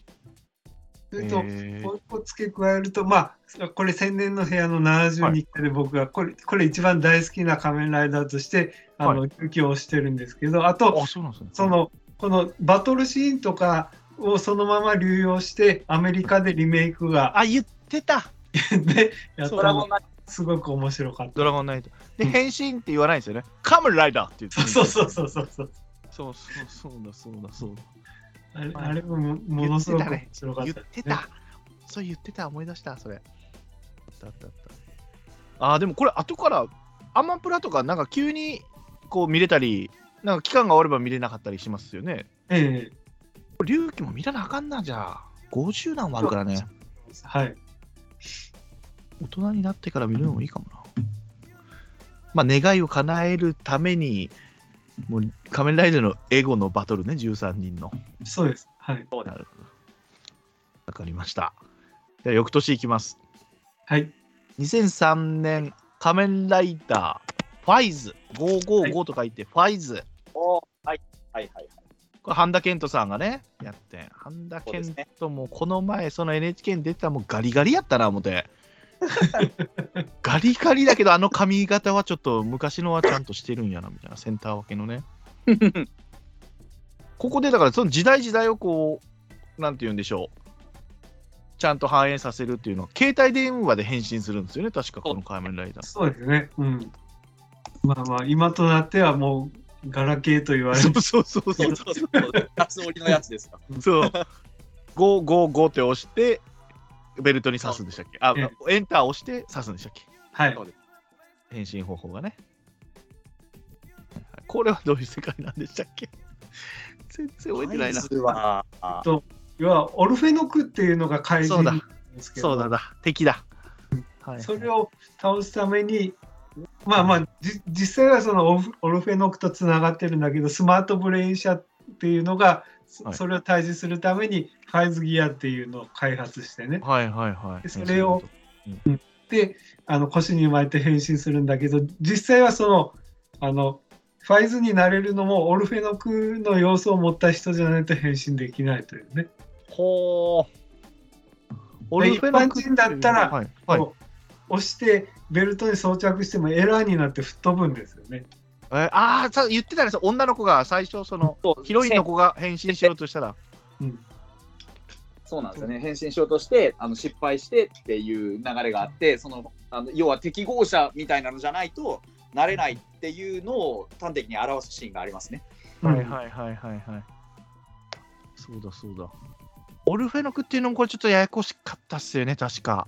C: それと、
B: へー
C: もう一個付け加えると、まあ、これ、千年の部屋の72回で僕が、これ、これ一番大好きな仮面ライダーとして、あの、
B: は
C: 勇気をしてるんですけど、あと、
B: あそうなんですね
C: その、このバトルシーンとかをそのまま流用して、アメリカでリメイクが、
B: あ言ってた
C: で、やっ
B: そ
E: ドラ
C: た
E: ゴン
C: の、
E: ナイト
C: すごく面白かっ
B: ドラゴンナイト。で、変身って言わないんですよね。カムライダーって言って
C: た。
B: る
C: そうそうそうそうそう。
B: そうそうそうだそうだそうだ。
C: あれあれももものすごく面白かった
B: 言
C: で
B: って
C: すね、
B: た。そう言ってた。思い出した。それ。だったあった。ああ、でもこれ後からアマプラとかなんか急にこう見れたり、なんか期間が終われば見れなかったりしますよね。
C: ええ
B: これ龍騎も見らなあかんなじゃあ。50段はあるからね。
C: はい。
B: 大人になってから見るのもいいかもな。まあ願いを叶えるために、もう仮面ライダーのエゴのバトルね、13人の。
C: そうです。はい。
B: なるほど。わかりました。では翌年いきます。
C: はい。
B: 2003年、仮面ライダー、ファイズ、555と書いて、ファイズ。
E: はいはいはい
B: これ、半田健人さんがね、やってん。半田健人も、この前、その NHK に出てたもうガリガリやったな、思って。ガリガリだけど、あの髪型はちょっと昔のはちゃんとしてるんやな、みたいな、センター分けのね。 ここでだからその時代時代をこうなんて言うんでしょうちゃんと反映させるっていうのは携帯電話で変身するんですよね確かこの仮面ライダー
C: そうですね。うん。まあまあ、今となってはもう、ガラケーと言われ
B: そ
C: る
B: うそうそうそう
E: そうそうそう二つ折りのやつですか
B: そう555って押してベルトに刺すんでしたっけあ
C: え
B: エンター押して刺すんでしたっけ
C: はい。
B: 変身方法がねこれはどういう世界なんでしたっけ全然覚えてないな
E: ファイズはあー
C: 要はオルフェノクっていうのが怪人なんですけど
B: そうだだ敵だ、はい
C: それを倒すためにまあまあじ実際はそのオフオルフェノクとつながってるんだけどスマートブレイン社っていうのがそ,、
B: はい
C: れを対峙するためにファイズギアっていうのを開発してね
B: はいはいはい
C: でそれをであの腰に巻いて変身するんだけど実際はそのあのファイズになれるのもオルフェノクの要素を持った人じゃないと変身できないというね。
B: ほう。
C: 一般人だったら
B: はい、はい、
C: 押してベルトに装着してもエラーになって吹っ飛ぶんですよね。
B: えーああ、さ言ってたね、そう女の子が最初、その、
E: そう
B: ヒロインの子が変身しようとしたら、
E: そうなんですよね、変身しようとしてあの失敗してっていう流れがあってそのあの要は適合者みたいなのじゃないとなれないっていうのを端的に表すシーンがありますね。
B: はいはいはいはいはい。そうだそうだ。オルフェノクっていうのもこれちょっとややこしかったっすよね、確か。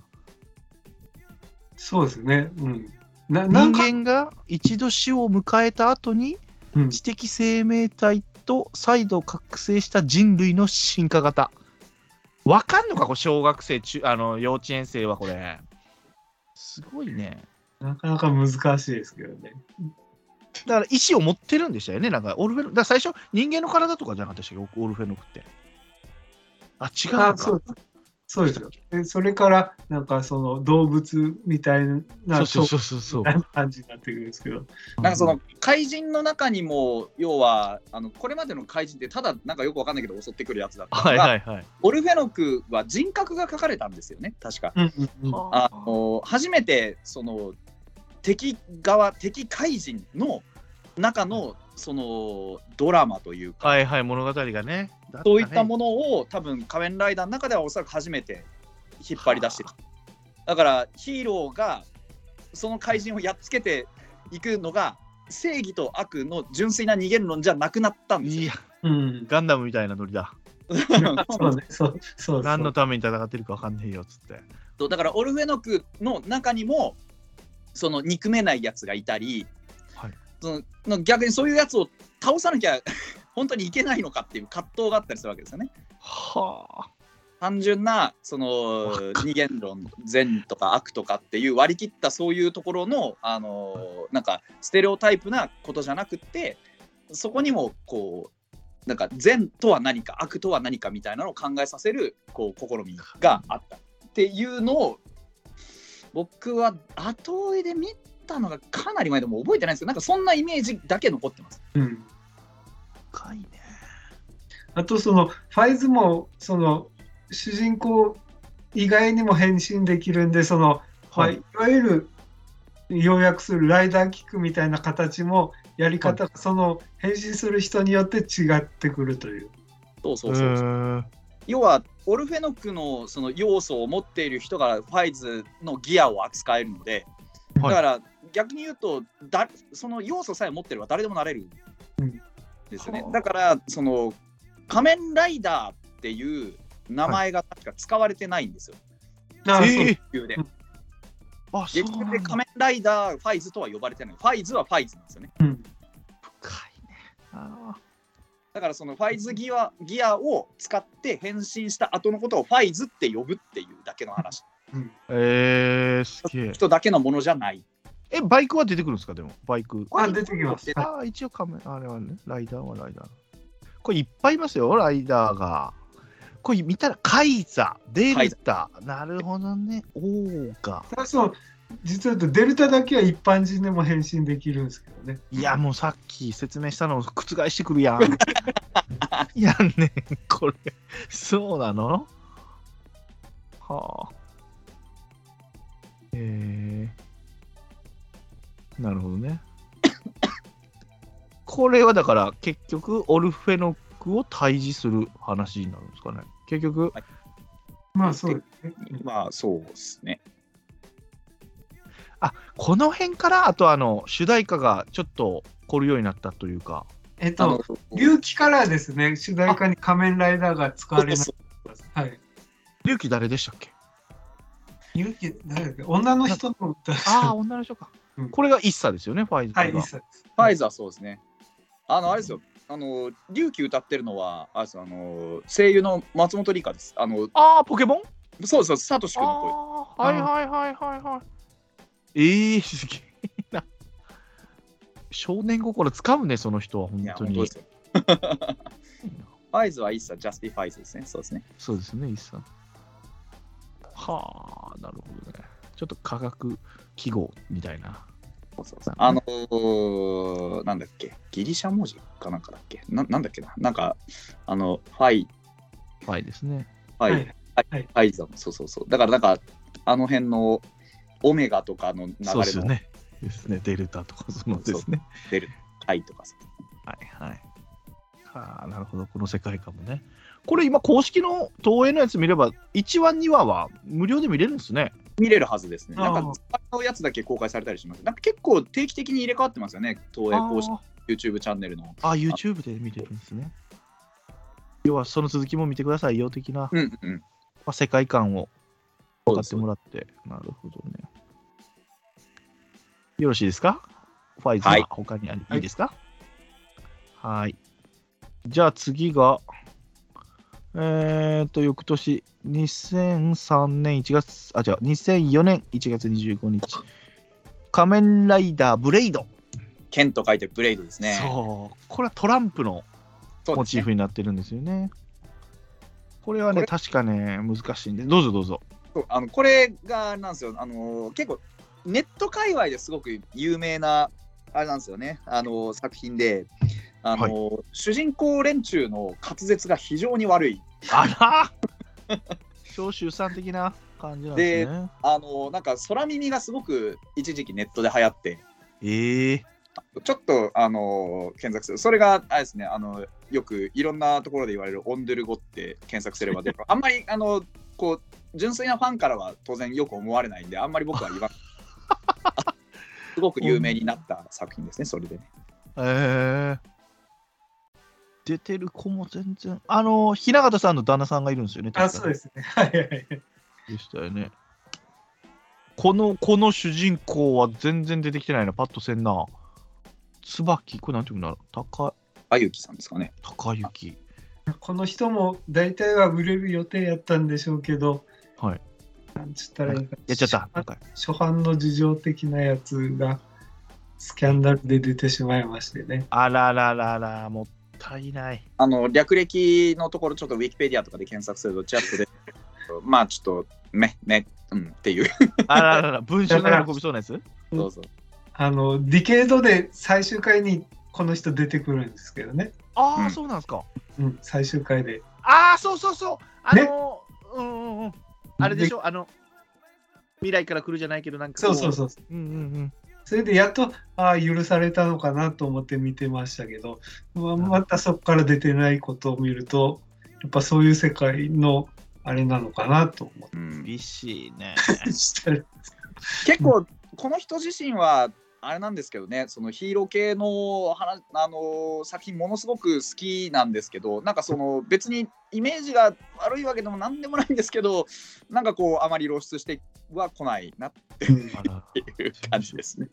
C: そうですね。うん。ななん
B: 人
C: か、
B: 間が一度死を迎えた後に
C: うん、
B: 知的生命体と再度覚醒した人類の進化型。わかんのか、これ小学生中、あの幼稚園生はこれ。すごいね。
C: なかなか難しいですけどね。
B: だから意思を持ってるんでしたよね、なんかオルフェノだから最初、人間の体とかじゃなかったでしたっけ、オルフェノクって。あ、違うの
C: あ
B: か。
C: そうそうですよ。でそれから、なんかその動物みたいな
B: そうそうそうそう。
C: そう 感じになってくるんですけど。
E: なんかその怪人の中にも要はあのこれまでの怪人ってただなんかよくわかんないけど襲ってくるやつだったのが、
B: はいはいはい。
E: オルフェノクは人格が書かれたんですよね確か。
C: うんうんうん
E: あの初めてその敵側敵怪人の中のそのドラマというか、
B: はいはい、物語がね。だ
E: そういった
B: ね
E: ものを多分仮面ライダーの中ではおそらく初めて引っ張り出してるだからヒーローがその怪人をやっつけていくのが正義と悪の純粋な二元論じゃなくなったんですよ。
B: いや、
C: うん。
B: ガンダムみたいなノリだ。
C: そうね。そうそうそう。
B: 何のために戦ってるか分かんねえよっつって。
E: とだからオルフェノクの中にもその憎めないやつがいたり、
B: はい
E: そのの逆にそういうやつを倒さなきゃ 本当にいけないのかっていう葛藤があったりするわけですよね。
B: は
E: 単純なそ
B: わ
E: の
B: か
E: 二元論善とか悪とかっていう割り切ったそういうところのあのーなんかステレオタイプなことじゃなくってそこにもこうなんか善とは何か悪とは何かみたいなのを考えさせるこう試みがあったっていうのを僕は後追いで見たのがかなり前でもう覚えてないんですけどなんかそんなイメージだけ残ってます。
C: うん。
B: あ。深いね。
C: あとそのファイズもその主人公以外にも変身できるんでその、
B: は
C: はいい、いわゆる要約するライダーキックみたいな形もやり方が、その変身する人によって違ってくるという。
E: そうそううそうそう
B: ーん
E: 要はオルフェノクのその要素を持っている人がファイズのギアを扱えるので、
B: はい
E: だから逆に言うとだその要素さえ持ってれば誰でもなれるんですよね、
B: はあ
E: だからその仮面ライダーっていう名前が確か使われてないんですよ、
C: あそう
B: えー
E: 劇中で
C: うん
B: あ、そう
E: 劇中
B: なん
E: で
B: だ
E: 仮面ライダーファイズとは呼ばれてないファイズはファイズなんですよね
C: うん
B: 深いね。あ
E: だからそのファイズギアギアを使って変身した後のことをファイズって呼ぶっていうだけの話
B: ーえー、すげえ。
E: 人だけのものじゃない
B: え、バイクは出てくるんですか、でも、バイク。
C: あ出てきます。はい
B: ああ、一応仮面、あれはね、ライダーはライダー。これいっぱいいますよ、ライダーが。これ見たら、カイザー、デルタ、なるほどね、オーガ。
C: ただその実は言うとデルタだけは一般人でも変身できるんですけどね。
B: いや、もうさっき説明したのを覆してくるやん。いやんねん、これ。そうなのはあ。へえ。なるほどね。これはだから結局オルフェノクを退治する話になるんですかね。結局、
C: まあそうですね。
E: まあそうですね。
B: この辺からあとあの主題歌がちょっと凝るようになったというか。
C: えっ
E: あ
C: と
E: の
C: 龍騎からですね主題歌に仮面ライダーが使われます。はい。
B: 龍騎誰でしたっけ
C: 龍騎誰だっけ女の人の歌です
B: ああ、女の人か。
C: うん
B: これがイッサですよね、ファイズが。
C: はい、一切です。
E: ファイズはそうですね。あの、あれですよ。あの、龍騎歌ってるのは、あれですよあの、声優の松本里香です。あの、
B: ああ、ポケモン
E: そうそう、サトシ君の声。
B: あーはいはいはいはいはい。ええー、すげえな。少年心つかむね、その人は、本
E: いや、
B: 当
E: 本当
B: に
E: で。すよ。ファイズは一切ジャスティファイズですね。そうですね。
B: そうですね、イッサ。はあ、なるほどね。ちょっと科学記号みたいな。
E: そうそうそうあのーなんだっけ、ギリシャ文字かなんかだっけ、ななんだっけな、なんか、あの、ファイ、
B: ファイですね。
E: ファイ、
C: はい
E: ファイファイザーもそうそうそう。だから、なんか、あの辺のオメガとかの流
B: そうです
E: れ
B: よ
E: の
B: ね。ですね、デルタとか、そのですね。
E: デル回とかさ。
B: はいはい。ああ、なるほど、この世界観もね。これ今、公式の東映のやつ見れば、1話、2話は無料で見れるんですね。
E: 見れるはずですね。なん
C: あー
E: か使うやつだけ公開されたりします。なんか結構定期的に入れ替わってますよね、東映公式
B: あ
E: YouTube チャンネルの。
B: あ、YouTube で見れるんですね。要は、その続きも見てくださいよ的な、ま
E: うんうん。
B: あ、世界観を分かって
E: そう
B: もらって。なるほどね。よろしいですかファイズ
E: はい
B: は他にあり、い、いですかはい。じゃあ次が、えっと、翌年、2003年1月、あ、違う、2004年1月25日、仮面ライダーブレイド。
E: 剣と書いてブレイドですね。
B: そう。これはトランプの
E: そう
B: モ
E: です
B: チ
E: ね
B: ーフになってるんですよね。これは
E: こ
B: ね、
E: れ
B: 確かね、難しいんで、どうぞどうぞ。
E: そうあのこれがなんですよ、あのー結構ネット界隈ですごく有名なあれなんですよね、あのー作品で、あのー主人公連中の滑舌が非常に悪い、
B: あ ら長州さん的な感じなんですね。
E: あのーなんか空耳がすごく一時期ネットで流行って、
B: ええ
E: ちょっと、あのー検索する、それがあれですね、あのよくいろんなところで言われるオンドゥル語って検索すれば出る、あんまりあのこう純粋なファンからは当然よく思われないんで、あんまり僕は言わないすごく有名になった作品ですね、それでね。
B: ええ出てる子も全然。あの、雛形さんの旦那さんがいるんですよね。。
C: あ、そうですすね。 はいはいはい。
B: でしたよね。この、この主人公は全然出てきてないな。パッとせんな。椿、これなんていうんだろう。高、
E: あゆきさんですかね。
B: 高雪。
C: この人も大体は売れる予定やったんでしょうけど、
B: はい。
C: なんつったらいいか。
B: やっちゃった。なんか
C: 初版の事情的なやつがスキャンダルで出てしまいましてね。
B: あらららら、もったいない。
E: あの略歴のところちょっとウィキペディアとかで検索するとチラッとでまあちょっとねねうんっていう
B: あら らら、文章が喜びそうなやつ
C: うん
E: どうぞ
C: あの、ディケードで最終回にこの人出てくるんですけどね。
B: ああ、
E: うん
B: そうなんですか。
C: うん、最終回で。
B: ああ、そうそうそう。あ
C: ね
B: のー、うんうんうん。あれでしょ、あの、未来から来るじゃないけど、なんかこ。
C: そうそうそう。
B: うんうんうん。
C: それでやっと、ああ、許されたのかなと思って見てましたけど、まあ、またそこから出てないことを見ると、やっぱそういう世界のあれなのかなと思っ
E: うん
B: 厳しいね。
C: て。
E: 結構この人自身はあれなんですけどねそのヒーロー系の話あの作品ものすごく好きなんですけどなんかその別にイメージが悪いわけでも何でもないんですけどなんかこうあまり露出しては来ないなっ
B: あら
E: ていう感じですね。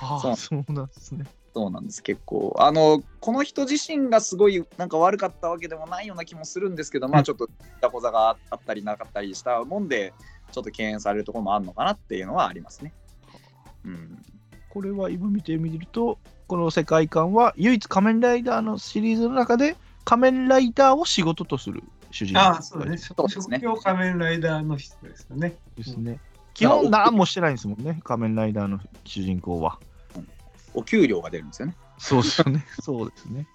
B: ああ、そうなんですね。
E: そうなんです結構あのこの人自身がすごいなんか悪かったわけでもないような気もするんですけど、まあちょっとダコ座があったりなかったりしたもんでちょっと敬遠されるところもあるのかなっていうのはありますね。うん、
B: これは今見てみると、この世界観は唯一仮面ライダーのシリーズの中で仮面ライダーを仕事とする主人公
C: ああ、そうね。
E: うですね
C: 職業仮面ライダーの人ですよね。
B: ですね。基本何もしてないんですもんね、仮面ライダーの主人公は。
E: お給料が出るんですよね。
B: そうですよね。 そうですね。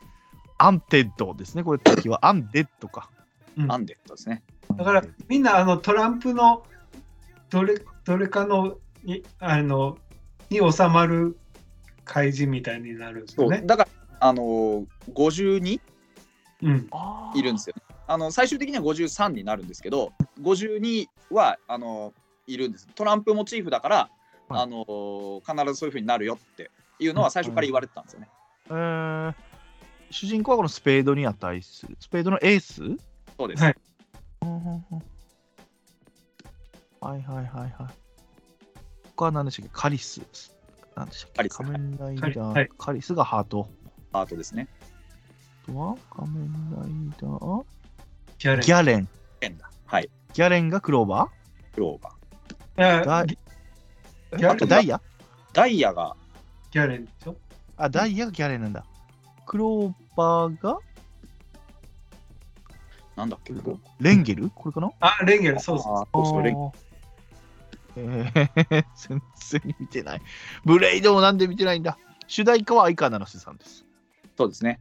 B: アンテッドですね、これ時は。アンデッドか。
E: アンデッドですね。
C: だからみんなあのトランプのどれどれかのいあのに収まる開示みたいになるんです
E: そ
C: よ
E: う
C: ね。
E: だからあの52
C: うん、
B: あー
E: いるんですよ、ね。あの最終的には53になるんですけど52はあのいるんです。トランプモチーフだから、
B: はい
E: あの必ずそういうふうになるよっていうのは最初から言われてたんですよね。
B: えー主人公はこのスペードに値する。スペードのエース
E: そうです。
C: はい
B: はいはいはいはい。他は何でしたっけカリス。何でしたっけ
E: カリス
B: 仮面ライダ
C: カリ
B: ー、
C: はい
B: カリスがハート。
E: パートですね。
B: あとは仮面ライダー
C: ギャレン
B: ギャレン。
E: 変だ。はい。
B: ギャレンがクローバ
E: クローバー。
B: ーダ
C: あ
B: イ
C: ギャ
B: あ
C: レ
B: と
C: ン
B: ダイヤ
E: ダイヤが
C: ギャレンでしょ
B: あ、ダイヤがギャレンなんだ。クローバーが
E: なんだっけこ
B: レンゲルこれかな
C: あ、レンゲル、
E: う
C: そうそ
E: あーそれ
B: えー、 全然見てない。ブレイドもなんで見てないんだ主題歌は相川七瀬さんです。
E: そうですね。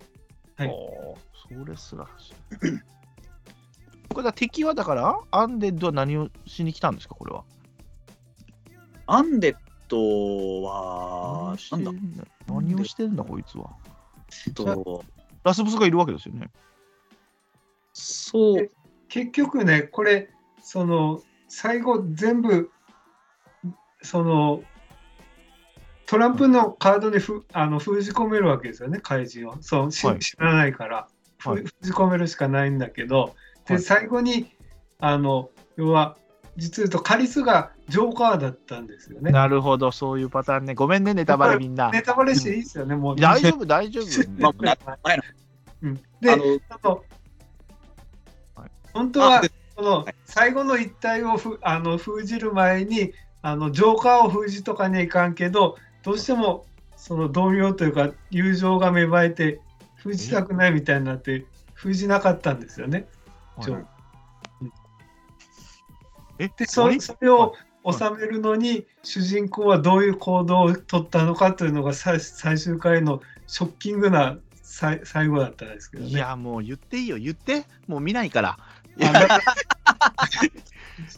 C: はい
B: おーそれすら知らない これだ敵はだからアンデッドは何をしに来たんですかこれは。
E: アンデッドは、なんだ
B: 何をしてんだ何をしてんだこいつは。
E: と
B: ラスボスがいるわけですよね。
E: そう
C: 結局ねこれその最後全部そのトランプのカードにふあの封じ込めるわけですよね怪人をそうし
B: はい
C: 知らないから、ふ
B: はい
C: 封じ込めるしかないんだけど、
B: は
C: で
B: い
C: 最後にあの要は実を言うとカリスがジョーカーだったんですよね。
B: なるほど、そういうパターンね。ごめんね、ネタバレみんな。
C: ネタバレしていいですよね、もう。
B: 大丈夫、大丈 夫。
E: まあな前の
C: うん
E: あ
C: で、
E: の
C: あと
B: はい
C: 本当は
E: あで
C: この
E: はい
C: 最後の一体をふあの封じる前にあのジョーカーを封じとかにはいかんけどどうしてもその同僚というか友情が芽生えて封じたくないみたいになって封じなかったんですよね。
B: はい
C: はい
B: え
C: でそ
B: あれ
C: それを収めるのに主人公はどういう行動を取ったのかというのが最最終回のショッキングな最最後だったんですけど
B: い
C: ね。
B: や、もう言っていいよ、言って。もう見ないから。
C: あの
B: 言ってほし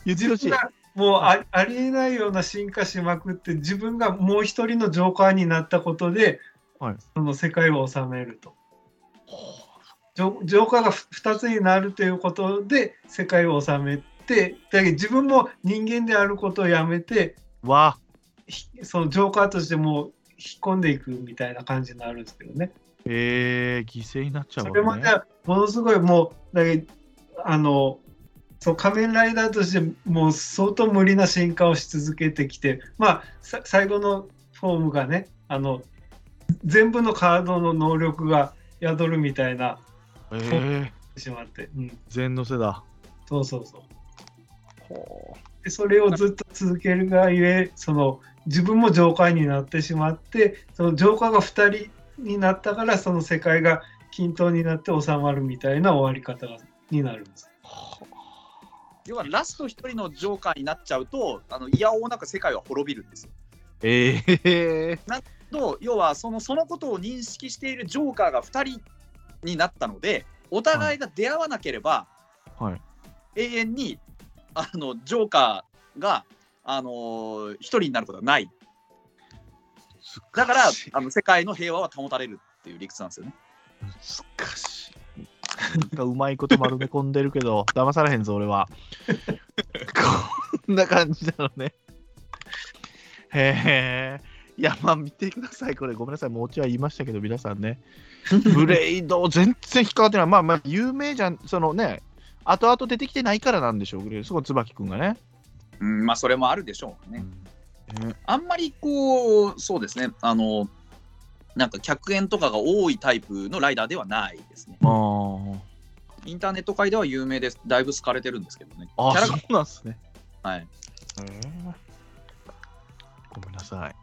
C: 自
B: い
C: 分。がもうあありえないような進化しまくって自分がもう一人のジョーカーになったことで、
B: はい
C: その世界を治めると。ジョジョーカーが2つになるということで世界を治めてだけど自分も人間であることをやめて
B: わ
C: ひそのジョーカーとしてもう引っ込んでいくみたいな感じになるんですけどね。
B: えー、犠牲になっちゃう
C: そ
B: わ
C: れま
B: け
C: で
B: ね。
C: はものすごいもうだけどあのそう仮面ライダーとしてもう相当無理な進化をし続けてきてまあさ最後のフォームがねあの全部のカードの能力が宿るみたいな
B: えー、
C: しまって、うん、
B: 全のせだ。
C: そうそうそう
E: こう
C: でそれをずっと続けるがゆえその自分もジョーカーになってしまってそのジョーカーが2人になったからその世界が均等になって収まるみたいな終わり方がになるんです。
E: 要はラスト一人のジョーカーになっちゃうとあのいやおうなく世界は滅びるんですよ
B: えー、
E: と要はそのそのことを認識しているジョーカーが2人になったのでお互いが出会わなければ、
B: はい
E: 永遠にあのジョーカーが、あのー、1人になることはないだから
B: 難しい
E: あの世界の平和は保たれるっていう理屈なんですよね。
B: 難しい。なんかうまいこと丸め込んでるけど、 騙されへんぞ、俺は。 こんな感じなのね。へえ。いや、まあ見てください、これ。ごめんなさい、もうオチは言いましたけど、皆さ んね。ブレイド、全然引っかかってない。まあまあ、有名じゃん、そのね、後々出てきてないからなんでしょうけど、そこ、椿君がね。
E: うんまあ、それもあるでしょうね。
B: ね
E: あんまりこうそうですねあのなんか客円とかが多いタイプのライダーではないですね。
B: あー
E: インターネット界では有名です。だいぶ好かれてるんですけどね。
B: あ
E: キャ
B: ー、
E: ラ
B: そ
E: が
B: うなんですね。
E: はい、
B: えーごめんなさい。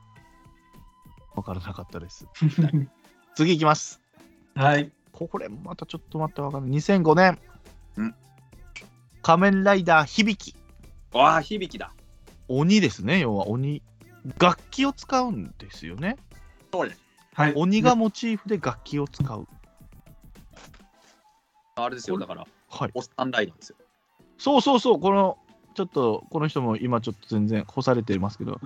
B: わからなかっ たです。次いきます。
C: はい。
B: これもまたちょっと待ってわかんない。2005年。
E: うん
B: 仮面ライダー響き。
E: わあ響きだ。
B: 鬼ですね、要は鬼。楽器を使うんですよね。
C: はい、
B: 鬼がモチーフで楽器を使う。
E: あれですよ、だから、
B: はい。
E: おっさんライダーですよ。
B: そうそうそう、この、ちょっと、この人も今ちょっと全然干されてますけ ど、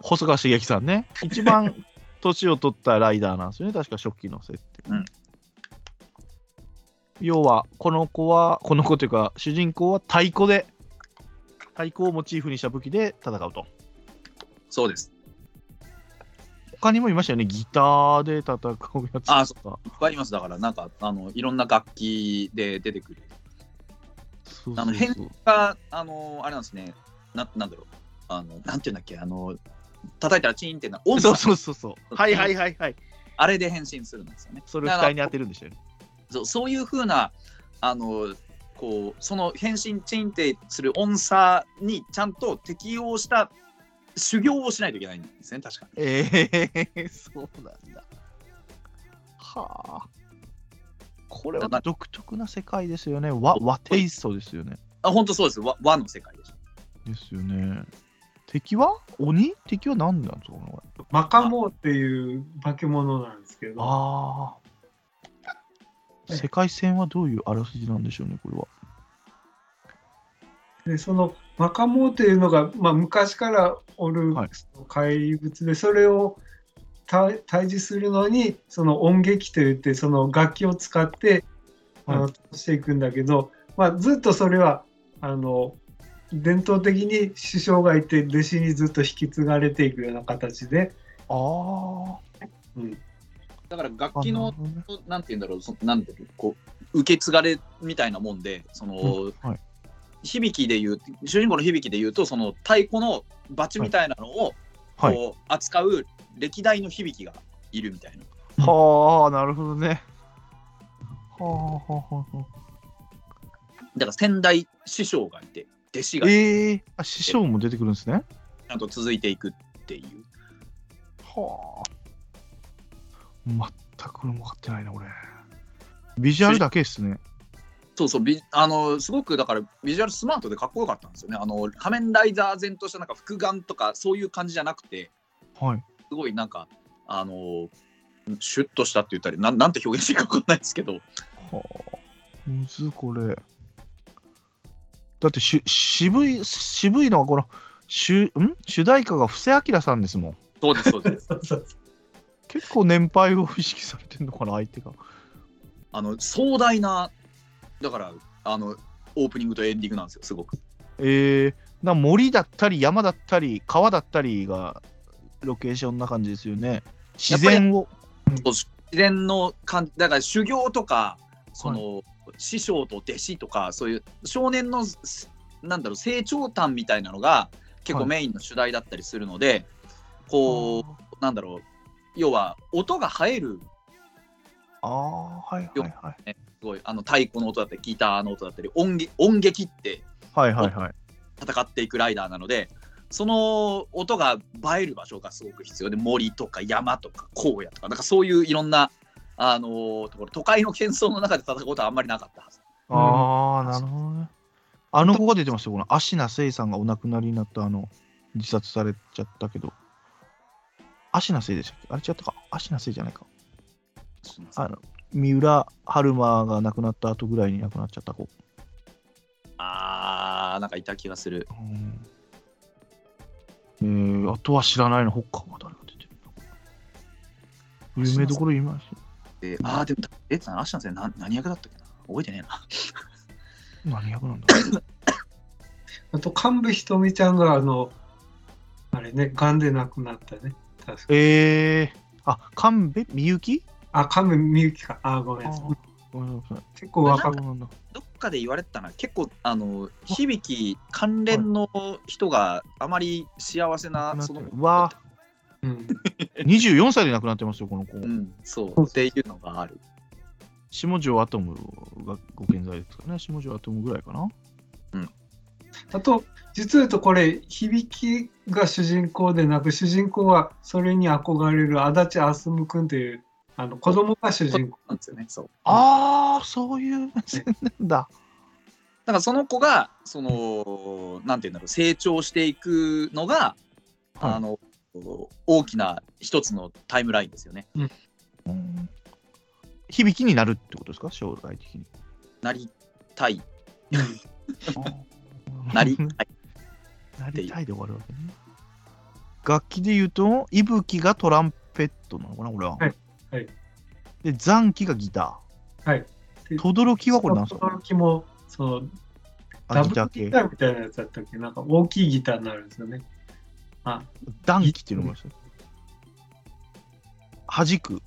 B: 細川茂樹さんね。一 番年を取ったライダーなんですよね、確か初期の設定。
E: うん
B: 要は、この子は、この子というか、主人公は太鼓で、太鼓をモチーフにした武器で戦うと。
E: そうです。
B: 他にもいましたよね、ギターで戦うやつとか。
E: あそいっぱいあります。だから、なんか、あの、いろんな楽器で出てくる。
B: そうそうそ
E: あ
B: う
E: の変が、あの、あれなんですね。な、なんだろう。あの、なんていうんだっけ、あの、叩いたらチーンってな、音
B: そう
E: 叉
B: そうそうそう。はいはいはいはい。
E: あれで変身するんですよね。
B: それを
E: だ
B: 額
E: から
B: に当てるんでしたよね。
E: そうそういう風な、あの、こう、その変身チーンってする音叉にちゃんと適応した修行をしないといけないんですね、確か。
B: ええー、そうなんだ。はあ。これは
E: だ
B: 独特な世界ですよね。和和テイストですよね。
E: あ、本当そうです。和和の世界でしょ。
B: ですよね。敵は鬼敵は何なんですかねこれ
C: マカモーっていう化け物なんですけど、
B: ああ。世界戦はどういうあらすじなんでしょうね、これは。
C: でそのマカモーというのが、まあ、昔からおる
B: はい
C: その怪物で、それを対対峙するのにその音劇といってその楽器を使ってあのしていくんだけど、まあ、ずっとそれはあの伝統的に師匠がいて弟子にずっと引き継がれていくような形で、
B: あ
C: うん、
E: だから
B: あ。
E: 楽器
B: な
E: の
B: るほどね
E: なんて言うんだろうそなんていうのこう受け継がれみたいなもんでその、
B: はい
E: 響きで言う主人公の響きで言うとその太鼓のバチみたいなのを、
B: はい。
E: こう扱う歴代の響きがいるみたいな。
B: はあ、なるほどね。はあ、はあ、はあは
E: だから先代師匠がいて弟子
B: あ。
E: がち
B: ええあ、師匠も出てくるんですね。
E: ゃんと続いていくっていう。
B: はあ。全く分かってないな、俺。ビジュアルだけですね。
E: そうそうビあのすごくだからビジュアルスマートでかっこよかったんですよね。あの仮面ライダー前としたなんか複眼とかそういう感じじゃなくて
B: はい。
E: すごいなんかあのシュッとしたって言ったりなんなんて表現していいか分かんないですけど
B: はあ。むずこれ。だってし渋い、渋いのはこの、主ん主題歌が布施明さんですもん。
E: そうですそうです
B: 結構年配を意識されてんのかな、相手が。
E: あの壮大なだからあのオープニングとエンディングなんですよすごく
B: えー、な森だったり山だったり川だったりがロケーションな感じですよね。自然を。
E: 自然の感じだから修行とかその、師匠と弟子とかそういう少年のすなんだろう成長譚みたいなのが結
B: は
E: 構
B: い
E: メインの主題だったりするので、こうなんだろう要は音が映える
B: ああー、はいはいはい。
E: すごいあの太鼓の音だったりギターの音だったり音劇音劇って
B: はいはいはい。
E: 戦っていくライダーなのでその音が映える場所がすごく必要で森とか山とか荒野とかなんかそういういろんな、あのーところ都会の喧騒の中で戦うことはあんまりなかったはず
B: ああ、なるほどね。あの子が出てましたよ、この芦名聖さんがお亡くなりになった、あの、自殺されちゃったけど。芦名聖でしたっけあれ違ったか芦名聖じゃないか。あの、三浦春馬が亡くなった後ぐらいに亡くなっちゃった子。
E: あーなんかいた気がする
B: うんえー、あとは知らないの、他は誰が出てるの有名どころ言いまし
E: であーでもえつさんアシナ先生な何役だったっけな覚えてねえな
B: た。何役なんだろう
C: あと神部ひとみちゃんがあのあれね癌で亡くなったね確か
B: えー、あ、神戸みゆき
C: あ神部みゆきかあごめんなさい
B: ごめんなさい。
C: 結構若
B: そ
C: く
B: うなんだ
E: どっかで言われてたな結構あの響き関連の人があまり幸せなその
B: うわ
C: うん
B: 24歳で亡くなってますよ、この子
E: う。んそうっていうのがある
B: 下條アトムがご健在ですかね、下條アトムぐらいかな。
C: あと実を言うとこれ響きが主人公でなく主人公はそれに憧れる足立あすむくんというあの子供が主人公
E: なんですよねそう
B: ああ、そういう目線なんだ。
E: だからその子がそのなんていうんだろう成長していくのが、
B: はい
E: あの大きな一つのタイムラインですよね。
B: うん響きになるってことですか、将来的に。
E: なりたい
B: あー
E: なりたい
B: なりたいで終わるわけね。楽器で言うと、いぶきがトランペットなのかな、これは。
C: はいはい
B: で、残機がギター。
C: はいで
B: 轟きはこれなんですか
C: 驚きもその
B: あ
C: ダ
B: ギ
C: ブ
B: ター
C: ル
B: 系
C: ギタ。ーみたいなやつだったっけなんか大きいギターになるんですよね。
B: 弾気っていうのもあるんですよ。弾く。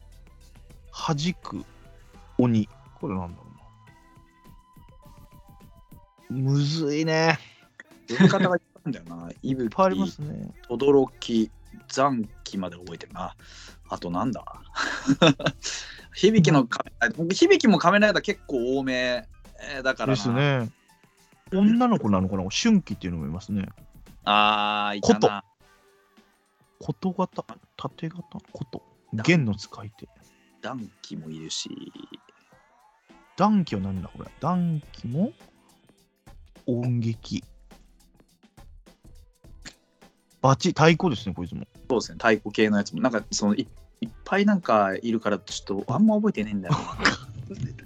B: 弾く。鬼。これなんだろうな。むずいね。
E: 呼び方がいっぱいあるんだよな。い
B: い
E: ぶ
B: っ
E: き、
B: ぱいありますね。
E: 驚き、残機まで覚えてるな。あとなんだ 響きの仮面ライダー、響きも仮面ライダー結構多めえーだからな。
B: ですね。女の子なのかな春季っていうのもいますね。
E: ああ、いた
B: こと
E: な。
B: こと型、縦型、こと。弦の使い手。
E: 残機もいるし、
B: 弾気は何だこれ弾気も音劇。バチ、太鼓ですね、こいつも。
E: そうですね、太鼓系のやつも、なんかそのいいっぱいなんかいるから、ちょっとあんま覚えてねえんだよな。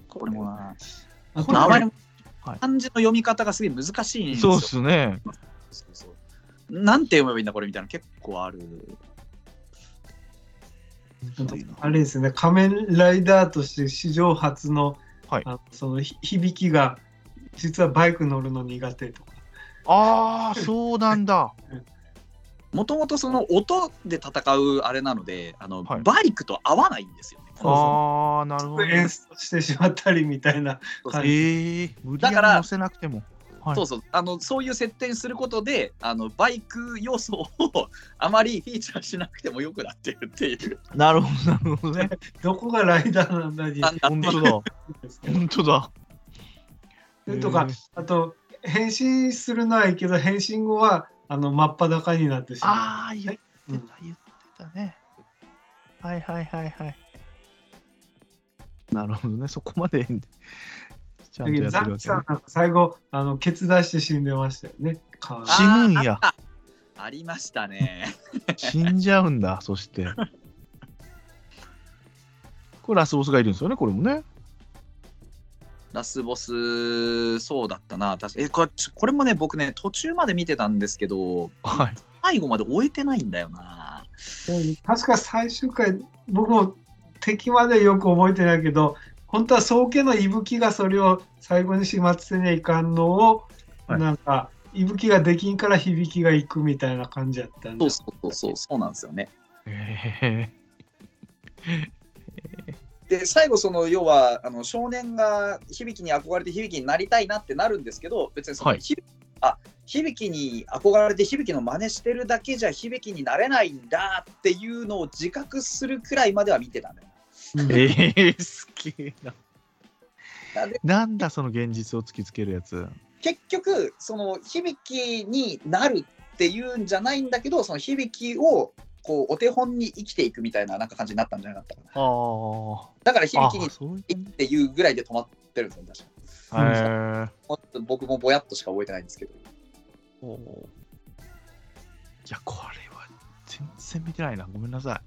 E: これもな、
C: あと
E: 名前も
B: はい
E: 漢字の読み方がすげえ難しいんです
B: そう
E: よ。
B: っすね。
E: そうそうなんて読めばいいんだ、これみたいな、結構ある。
B: そういうの
C: あれですね、仮面ライダーとして史上初の,、
B: はい
C: あのそのひ響きが、実はバイク乗るの苦手とか。
B: ああ、そうなんだ。
E: もともとその音で戦うあれなのであの、
B: はい
E: バイクと合わないんですよね。
C: そう
B: ああ、なるほど。
C: 演出してしまったりみたいな感じ。
B: ええ無理
E: だ
B: やり
E: から
B: 乗せなくても。はい
E: そうそうあのそういう設定にすることであのバイク要素をあまりフィーチャーしなくてもよくなってるっていう。
B: なるほど、なるほどね。
C: どこがライダーなんだに
E: なんだって
B: 本
E: いう
B: 当だ。
C: ですけど
B: 本当だ。
C: それとか
B: えー、
C: あと、変身するのはいいけど、変身後は、あの、真っ裸になってしま
B: ああ、言って
C: う。うん
B: た、言ってたね。はいはいはいはい。なるほどね、そこまで。ちゃんとやって
C: ザ
B: るわ
C: ッキ
B: け
C: さん
B: ね、
C: なんか最後、あの、ケツ出して死んでましたよね。顔
B: 死ぬんや
E: あ。あありましたね。
B: 死んじゃうんだ、そして。これラスボスがいるんですよね、これもね。
E: ラスボス、そうだったな。確かえこれちょこれもね、僕ね、途中まで見てたんですけど、
B: はい。
E: 最後まで終えてないんだよな。
C: 確か最終回、僕も敵までよく覚えてないけど、本当は宗家の伊吹がそれを最後に始末せにゃいかんのを、
B: はい
C: なんか、伊吹ができんから響きがいくみたいな感じやったん
E: そ
C: で
E: うそうそう、そうなんですよね。
B: え
E: で最後その要はあの少年が響きに憧れて響きになりたいなってなるんですけど別にその、
B: はい
E: ひあ響きに憧れて響きの真似してるだけじゃ響きになれないんだっていうのを自覚するくらいまでは見てたんだよ
C: うん
B: ええー、好きな。
E: なで
B: なんだ、その現実を突きつけるやつ。
E: 結局その響きになるっていうんじゃないんだけどその響きをこうお手本に生きていくみたいななんか感じになったんじゃなかったかな
B: あー
E: だから
B: あ。
E: 響きに
B: そういう感じ
E: っていうぐらいで止まってるんですよ確か
B: へー
E: もっと僕もぼやっとしか覚えてないんですけど
B: おーいや、これは全然見てないな。ごめんなさい。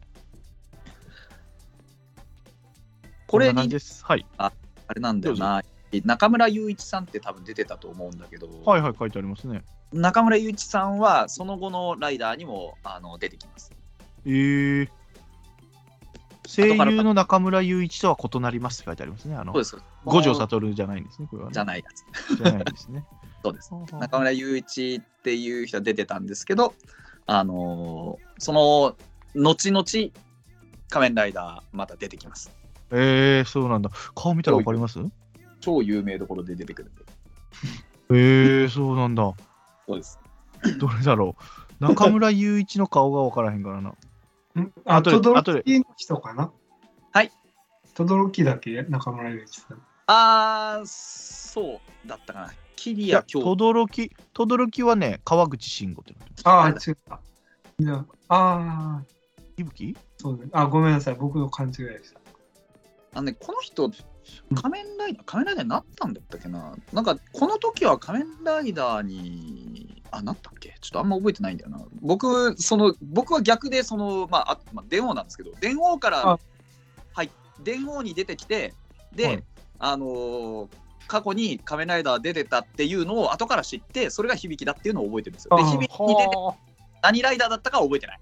E: これ
B: んな感
E: に
B: じです。はい。
E: あれなんだよな中村雄一さんって多分出てたと思うんだけど、
B: はいはい、書いてありますね。
E: 中村雄一さんはその後のライダーにもあの出てきます
B: えー。声優の中村雄一とは異なりますって書いてありますね。あの
E: そう、です
B: 五条悟じゃないんですね、これは、ね。
E: じゃ
B: な
E: ないやつ
B: い。じゃないですね。
E: そうです中村雄一っていう人が出てたんですけどあのーその後々仮面ライダーまた出てきます
B: えー、そうなんだ。顔見たらわかります
E: 超有名どころで出てくるんで
B: えー、そうなんだ。
E: そうです
B: どれだろう。中村雄一の顔がわからへんからな。
C: うんあ、
B: 後で
C: とどろ
B: 後で
C: きの人かな
E: はい。
C: とどろきだけ中村祐一さん。
E: あーそうだったかなキリア
B: いや
E: 今日
B: 轟轟はね、川口慎吾ってなってます。
C: ああ、違った。いやああ、
B: いぶき
C: そうね。あ、ごめんなさい。僕の勘違いでした。
E: あのね、この人、仮面ライダー、仮面ライダーになったんだったっけななんか、この時は仮面ライダーに、あ、なったっけちょっとあんま覚えてないんだよな。僕、その、僕は逆で、その、まあ、あまあ、電王なんですけど、電王から
C: あ、
E: はい、電王に出てきて、で、
B: はい
E: あのー過去に仮面ライダー出てたっていうのを後から知って、それが響きだっていうのを覚えてるんですよ。で、
C: あー
E: 響きに出て、何ライダーだったかは覚えてない。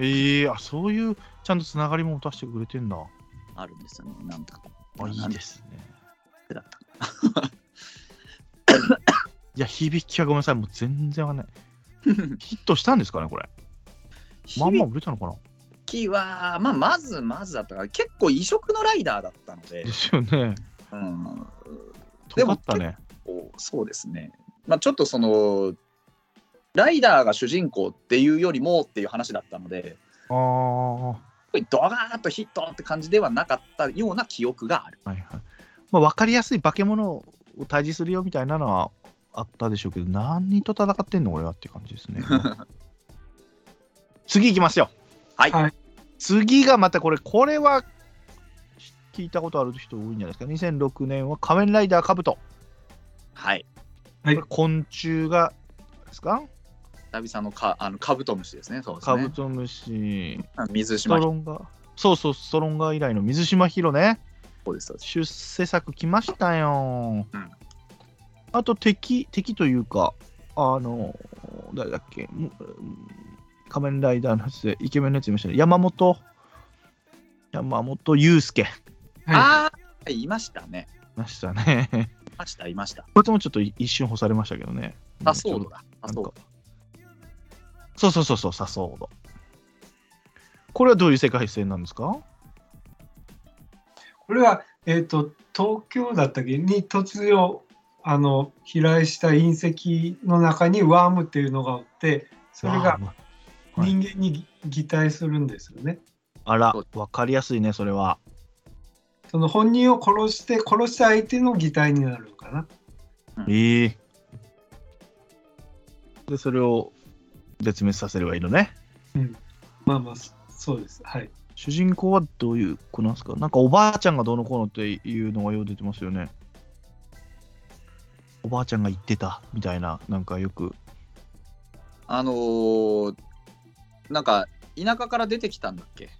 B: ええあそういうちゃんとつながりも持たせてくれてんだ。
E: あるんですよね、なんだか。
B: あい
E: ないん
B: ですね。
E: だったか
B: いや、響きはごめんなさい、もう全然 わかんない。ヒットしたんですかね、これ。まんま売れたのかな
E: キは、まあ、まずまずだったから結構異色のライダーだったので
B: で、すよね。
E: うん、で
B: 尖
E: も
B: ったね。
E: こうそうですね、まあ、ちょっとそのライダーが主人公っていうよりもっていう話だったので
B: ああ。は
E: ドガーッとヒットって感じではなかったような記憶がある
B: いはい。まあ、わかりやすい化け物を退治するよみたいなのはあったでしょうけど、何人と戦ってんの、俺はって感 じですね。次行きますよ。
E: はい
C: はい
B: 次がまたこれ、これは聞いたことある人多いんじゃないですか。2006年は仮面ライダーカブト。
E: はい
C: はい
B: これ昆虫が、ですか
E: 久々のかあのカブトムシですねそうです
B: カブ
E: ね
B: トムシ、
E: 水
B: ス
E: 島
B: ト
E: ひ
B: ロンガー。そうそう、ストロンガー以来の水島ヒロね。
E: こですそうです
B: 出世作来ましたよ。
E: うん
B: あと敵、敵というか、あの、誰だっけ、もうん仮面ライダーのやつで、イケメンのやついましたね。山本山本祐介。い
C: は
E: ああ、いましたね。
B: ましたね。
E: いました、いました。
B: こいつもちょっと一瞬干されましたけどね。
E: サソードだ。
B: な
E: サ
B: ん
E: ソー
B: か
E: ド。
B: そうそうそうそう、サソード。これはどういう世界線なんですか
C: いこれは、えっ、と、東京だったっけに突如、あの、飛来した隕石の中にワームっていうのがあって、それが
B: わあはい
C: 人間に擬態するんですよね。
B: あら
E: そう、
B: わかりやすいね、それは。
C: その本人を殺して、殺した相手の擬態になるのかな。
B: ええで、それを絶滅させればいいのね。
C: まあまあ、そそうです。はい。
B: 主人公はどういう子なんですかなんかおばあちゃんがどうのこうのっていうのがよう出てますよね。おばあちゃんが言ってたみたいな、なんかよく。
E: あのー、なんか、田舎から出てきたんだっけ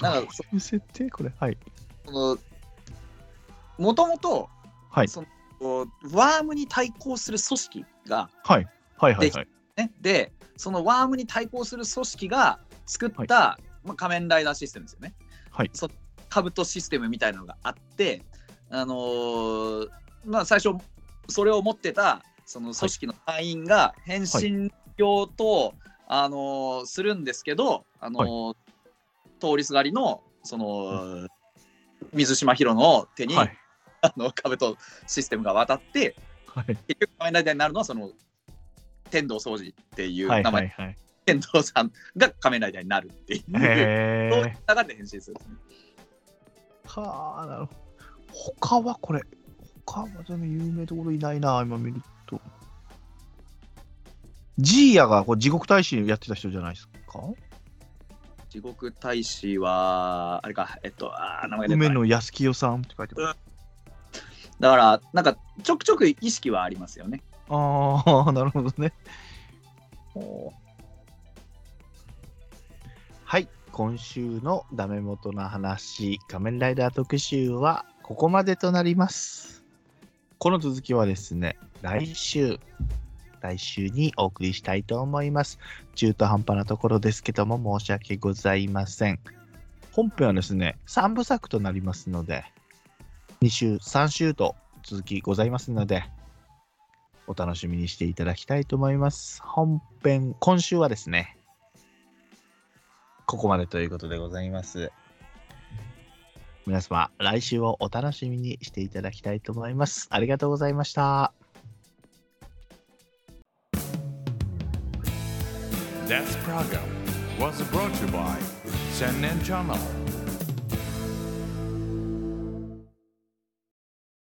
E: なんか
B: どういう設定これ。はい。
E: そのもともと、
B: はい
E: そのこうワームに対抗する組織が、
B: はい。はいはい
E: で
B: はい。
E: ね、でそのワームに対抗する組織が作った、まあ、仮面ライダーシステムですよね。
B: はい
E: そカブトシステムみたいなのがあって、あのーまあ、最初それを持ってたその組織の隊員が変身用と、あのーするんですけど、あのー通りすがりのその、水島ヒロの手に、
B: はい。
E: あのカブトシステムが渡って
B: はい。
E: 結局仮面ライダーになるのはその天道掃除っていう名
B: は
E: 前
B: い
E: で、
B: はいはい。
E: 天童さんが仮面ライダーになるっていう、
B: へ
E: そうい
B: え。
E: った中で変身するんですね。
B: はあ、なるほど。他はこれ、他は全然有名どころいないな、今見ると。ジーヤがこう地獄大使やってた人じゃないですか
E: 地獄大使は、あれか、えっと、あー名前が出て
B: 梅
E: こない
B: 野康清さんって書いてある。
E: だから、なんか、ちょくちょく意識はありますよね。
B: ああ、なるほどね。おーはい、今週のダメ元の話、仮面ライダー特集はここまでとなります。この続きはですね、来週、来週にお送りしたいと思います。中途半端なところですけども、申し訳ございません。本編はですね、3部作となりますので、2週、3週と続きございますので、お楽しみにしていただきたいと思います。本編、今週はですね、ここまでということでございます。皆様、来週をお楽しみにしていただきたいと思います。ありがとうございました。
A: This program was brought to you by Sennen Channel.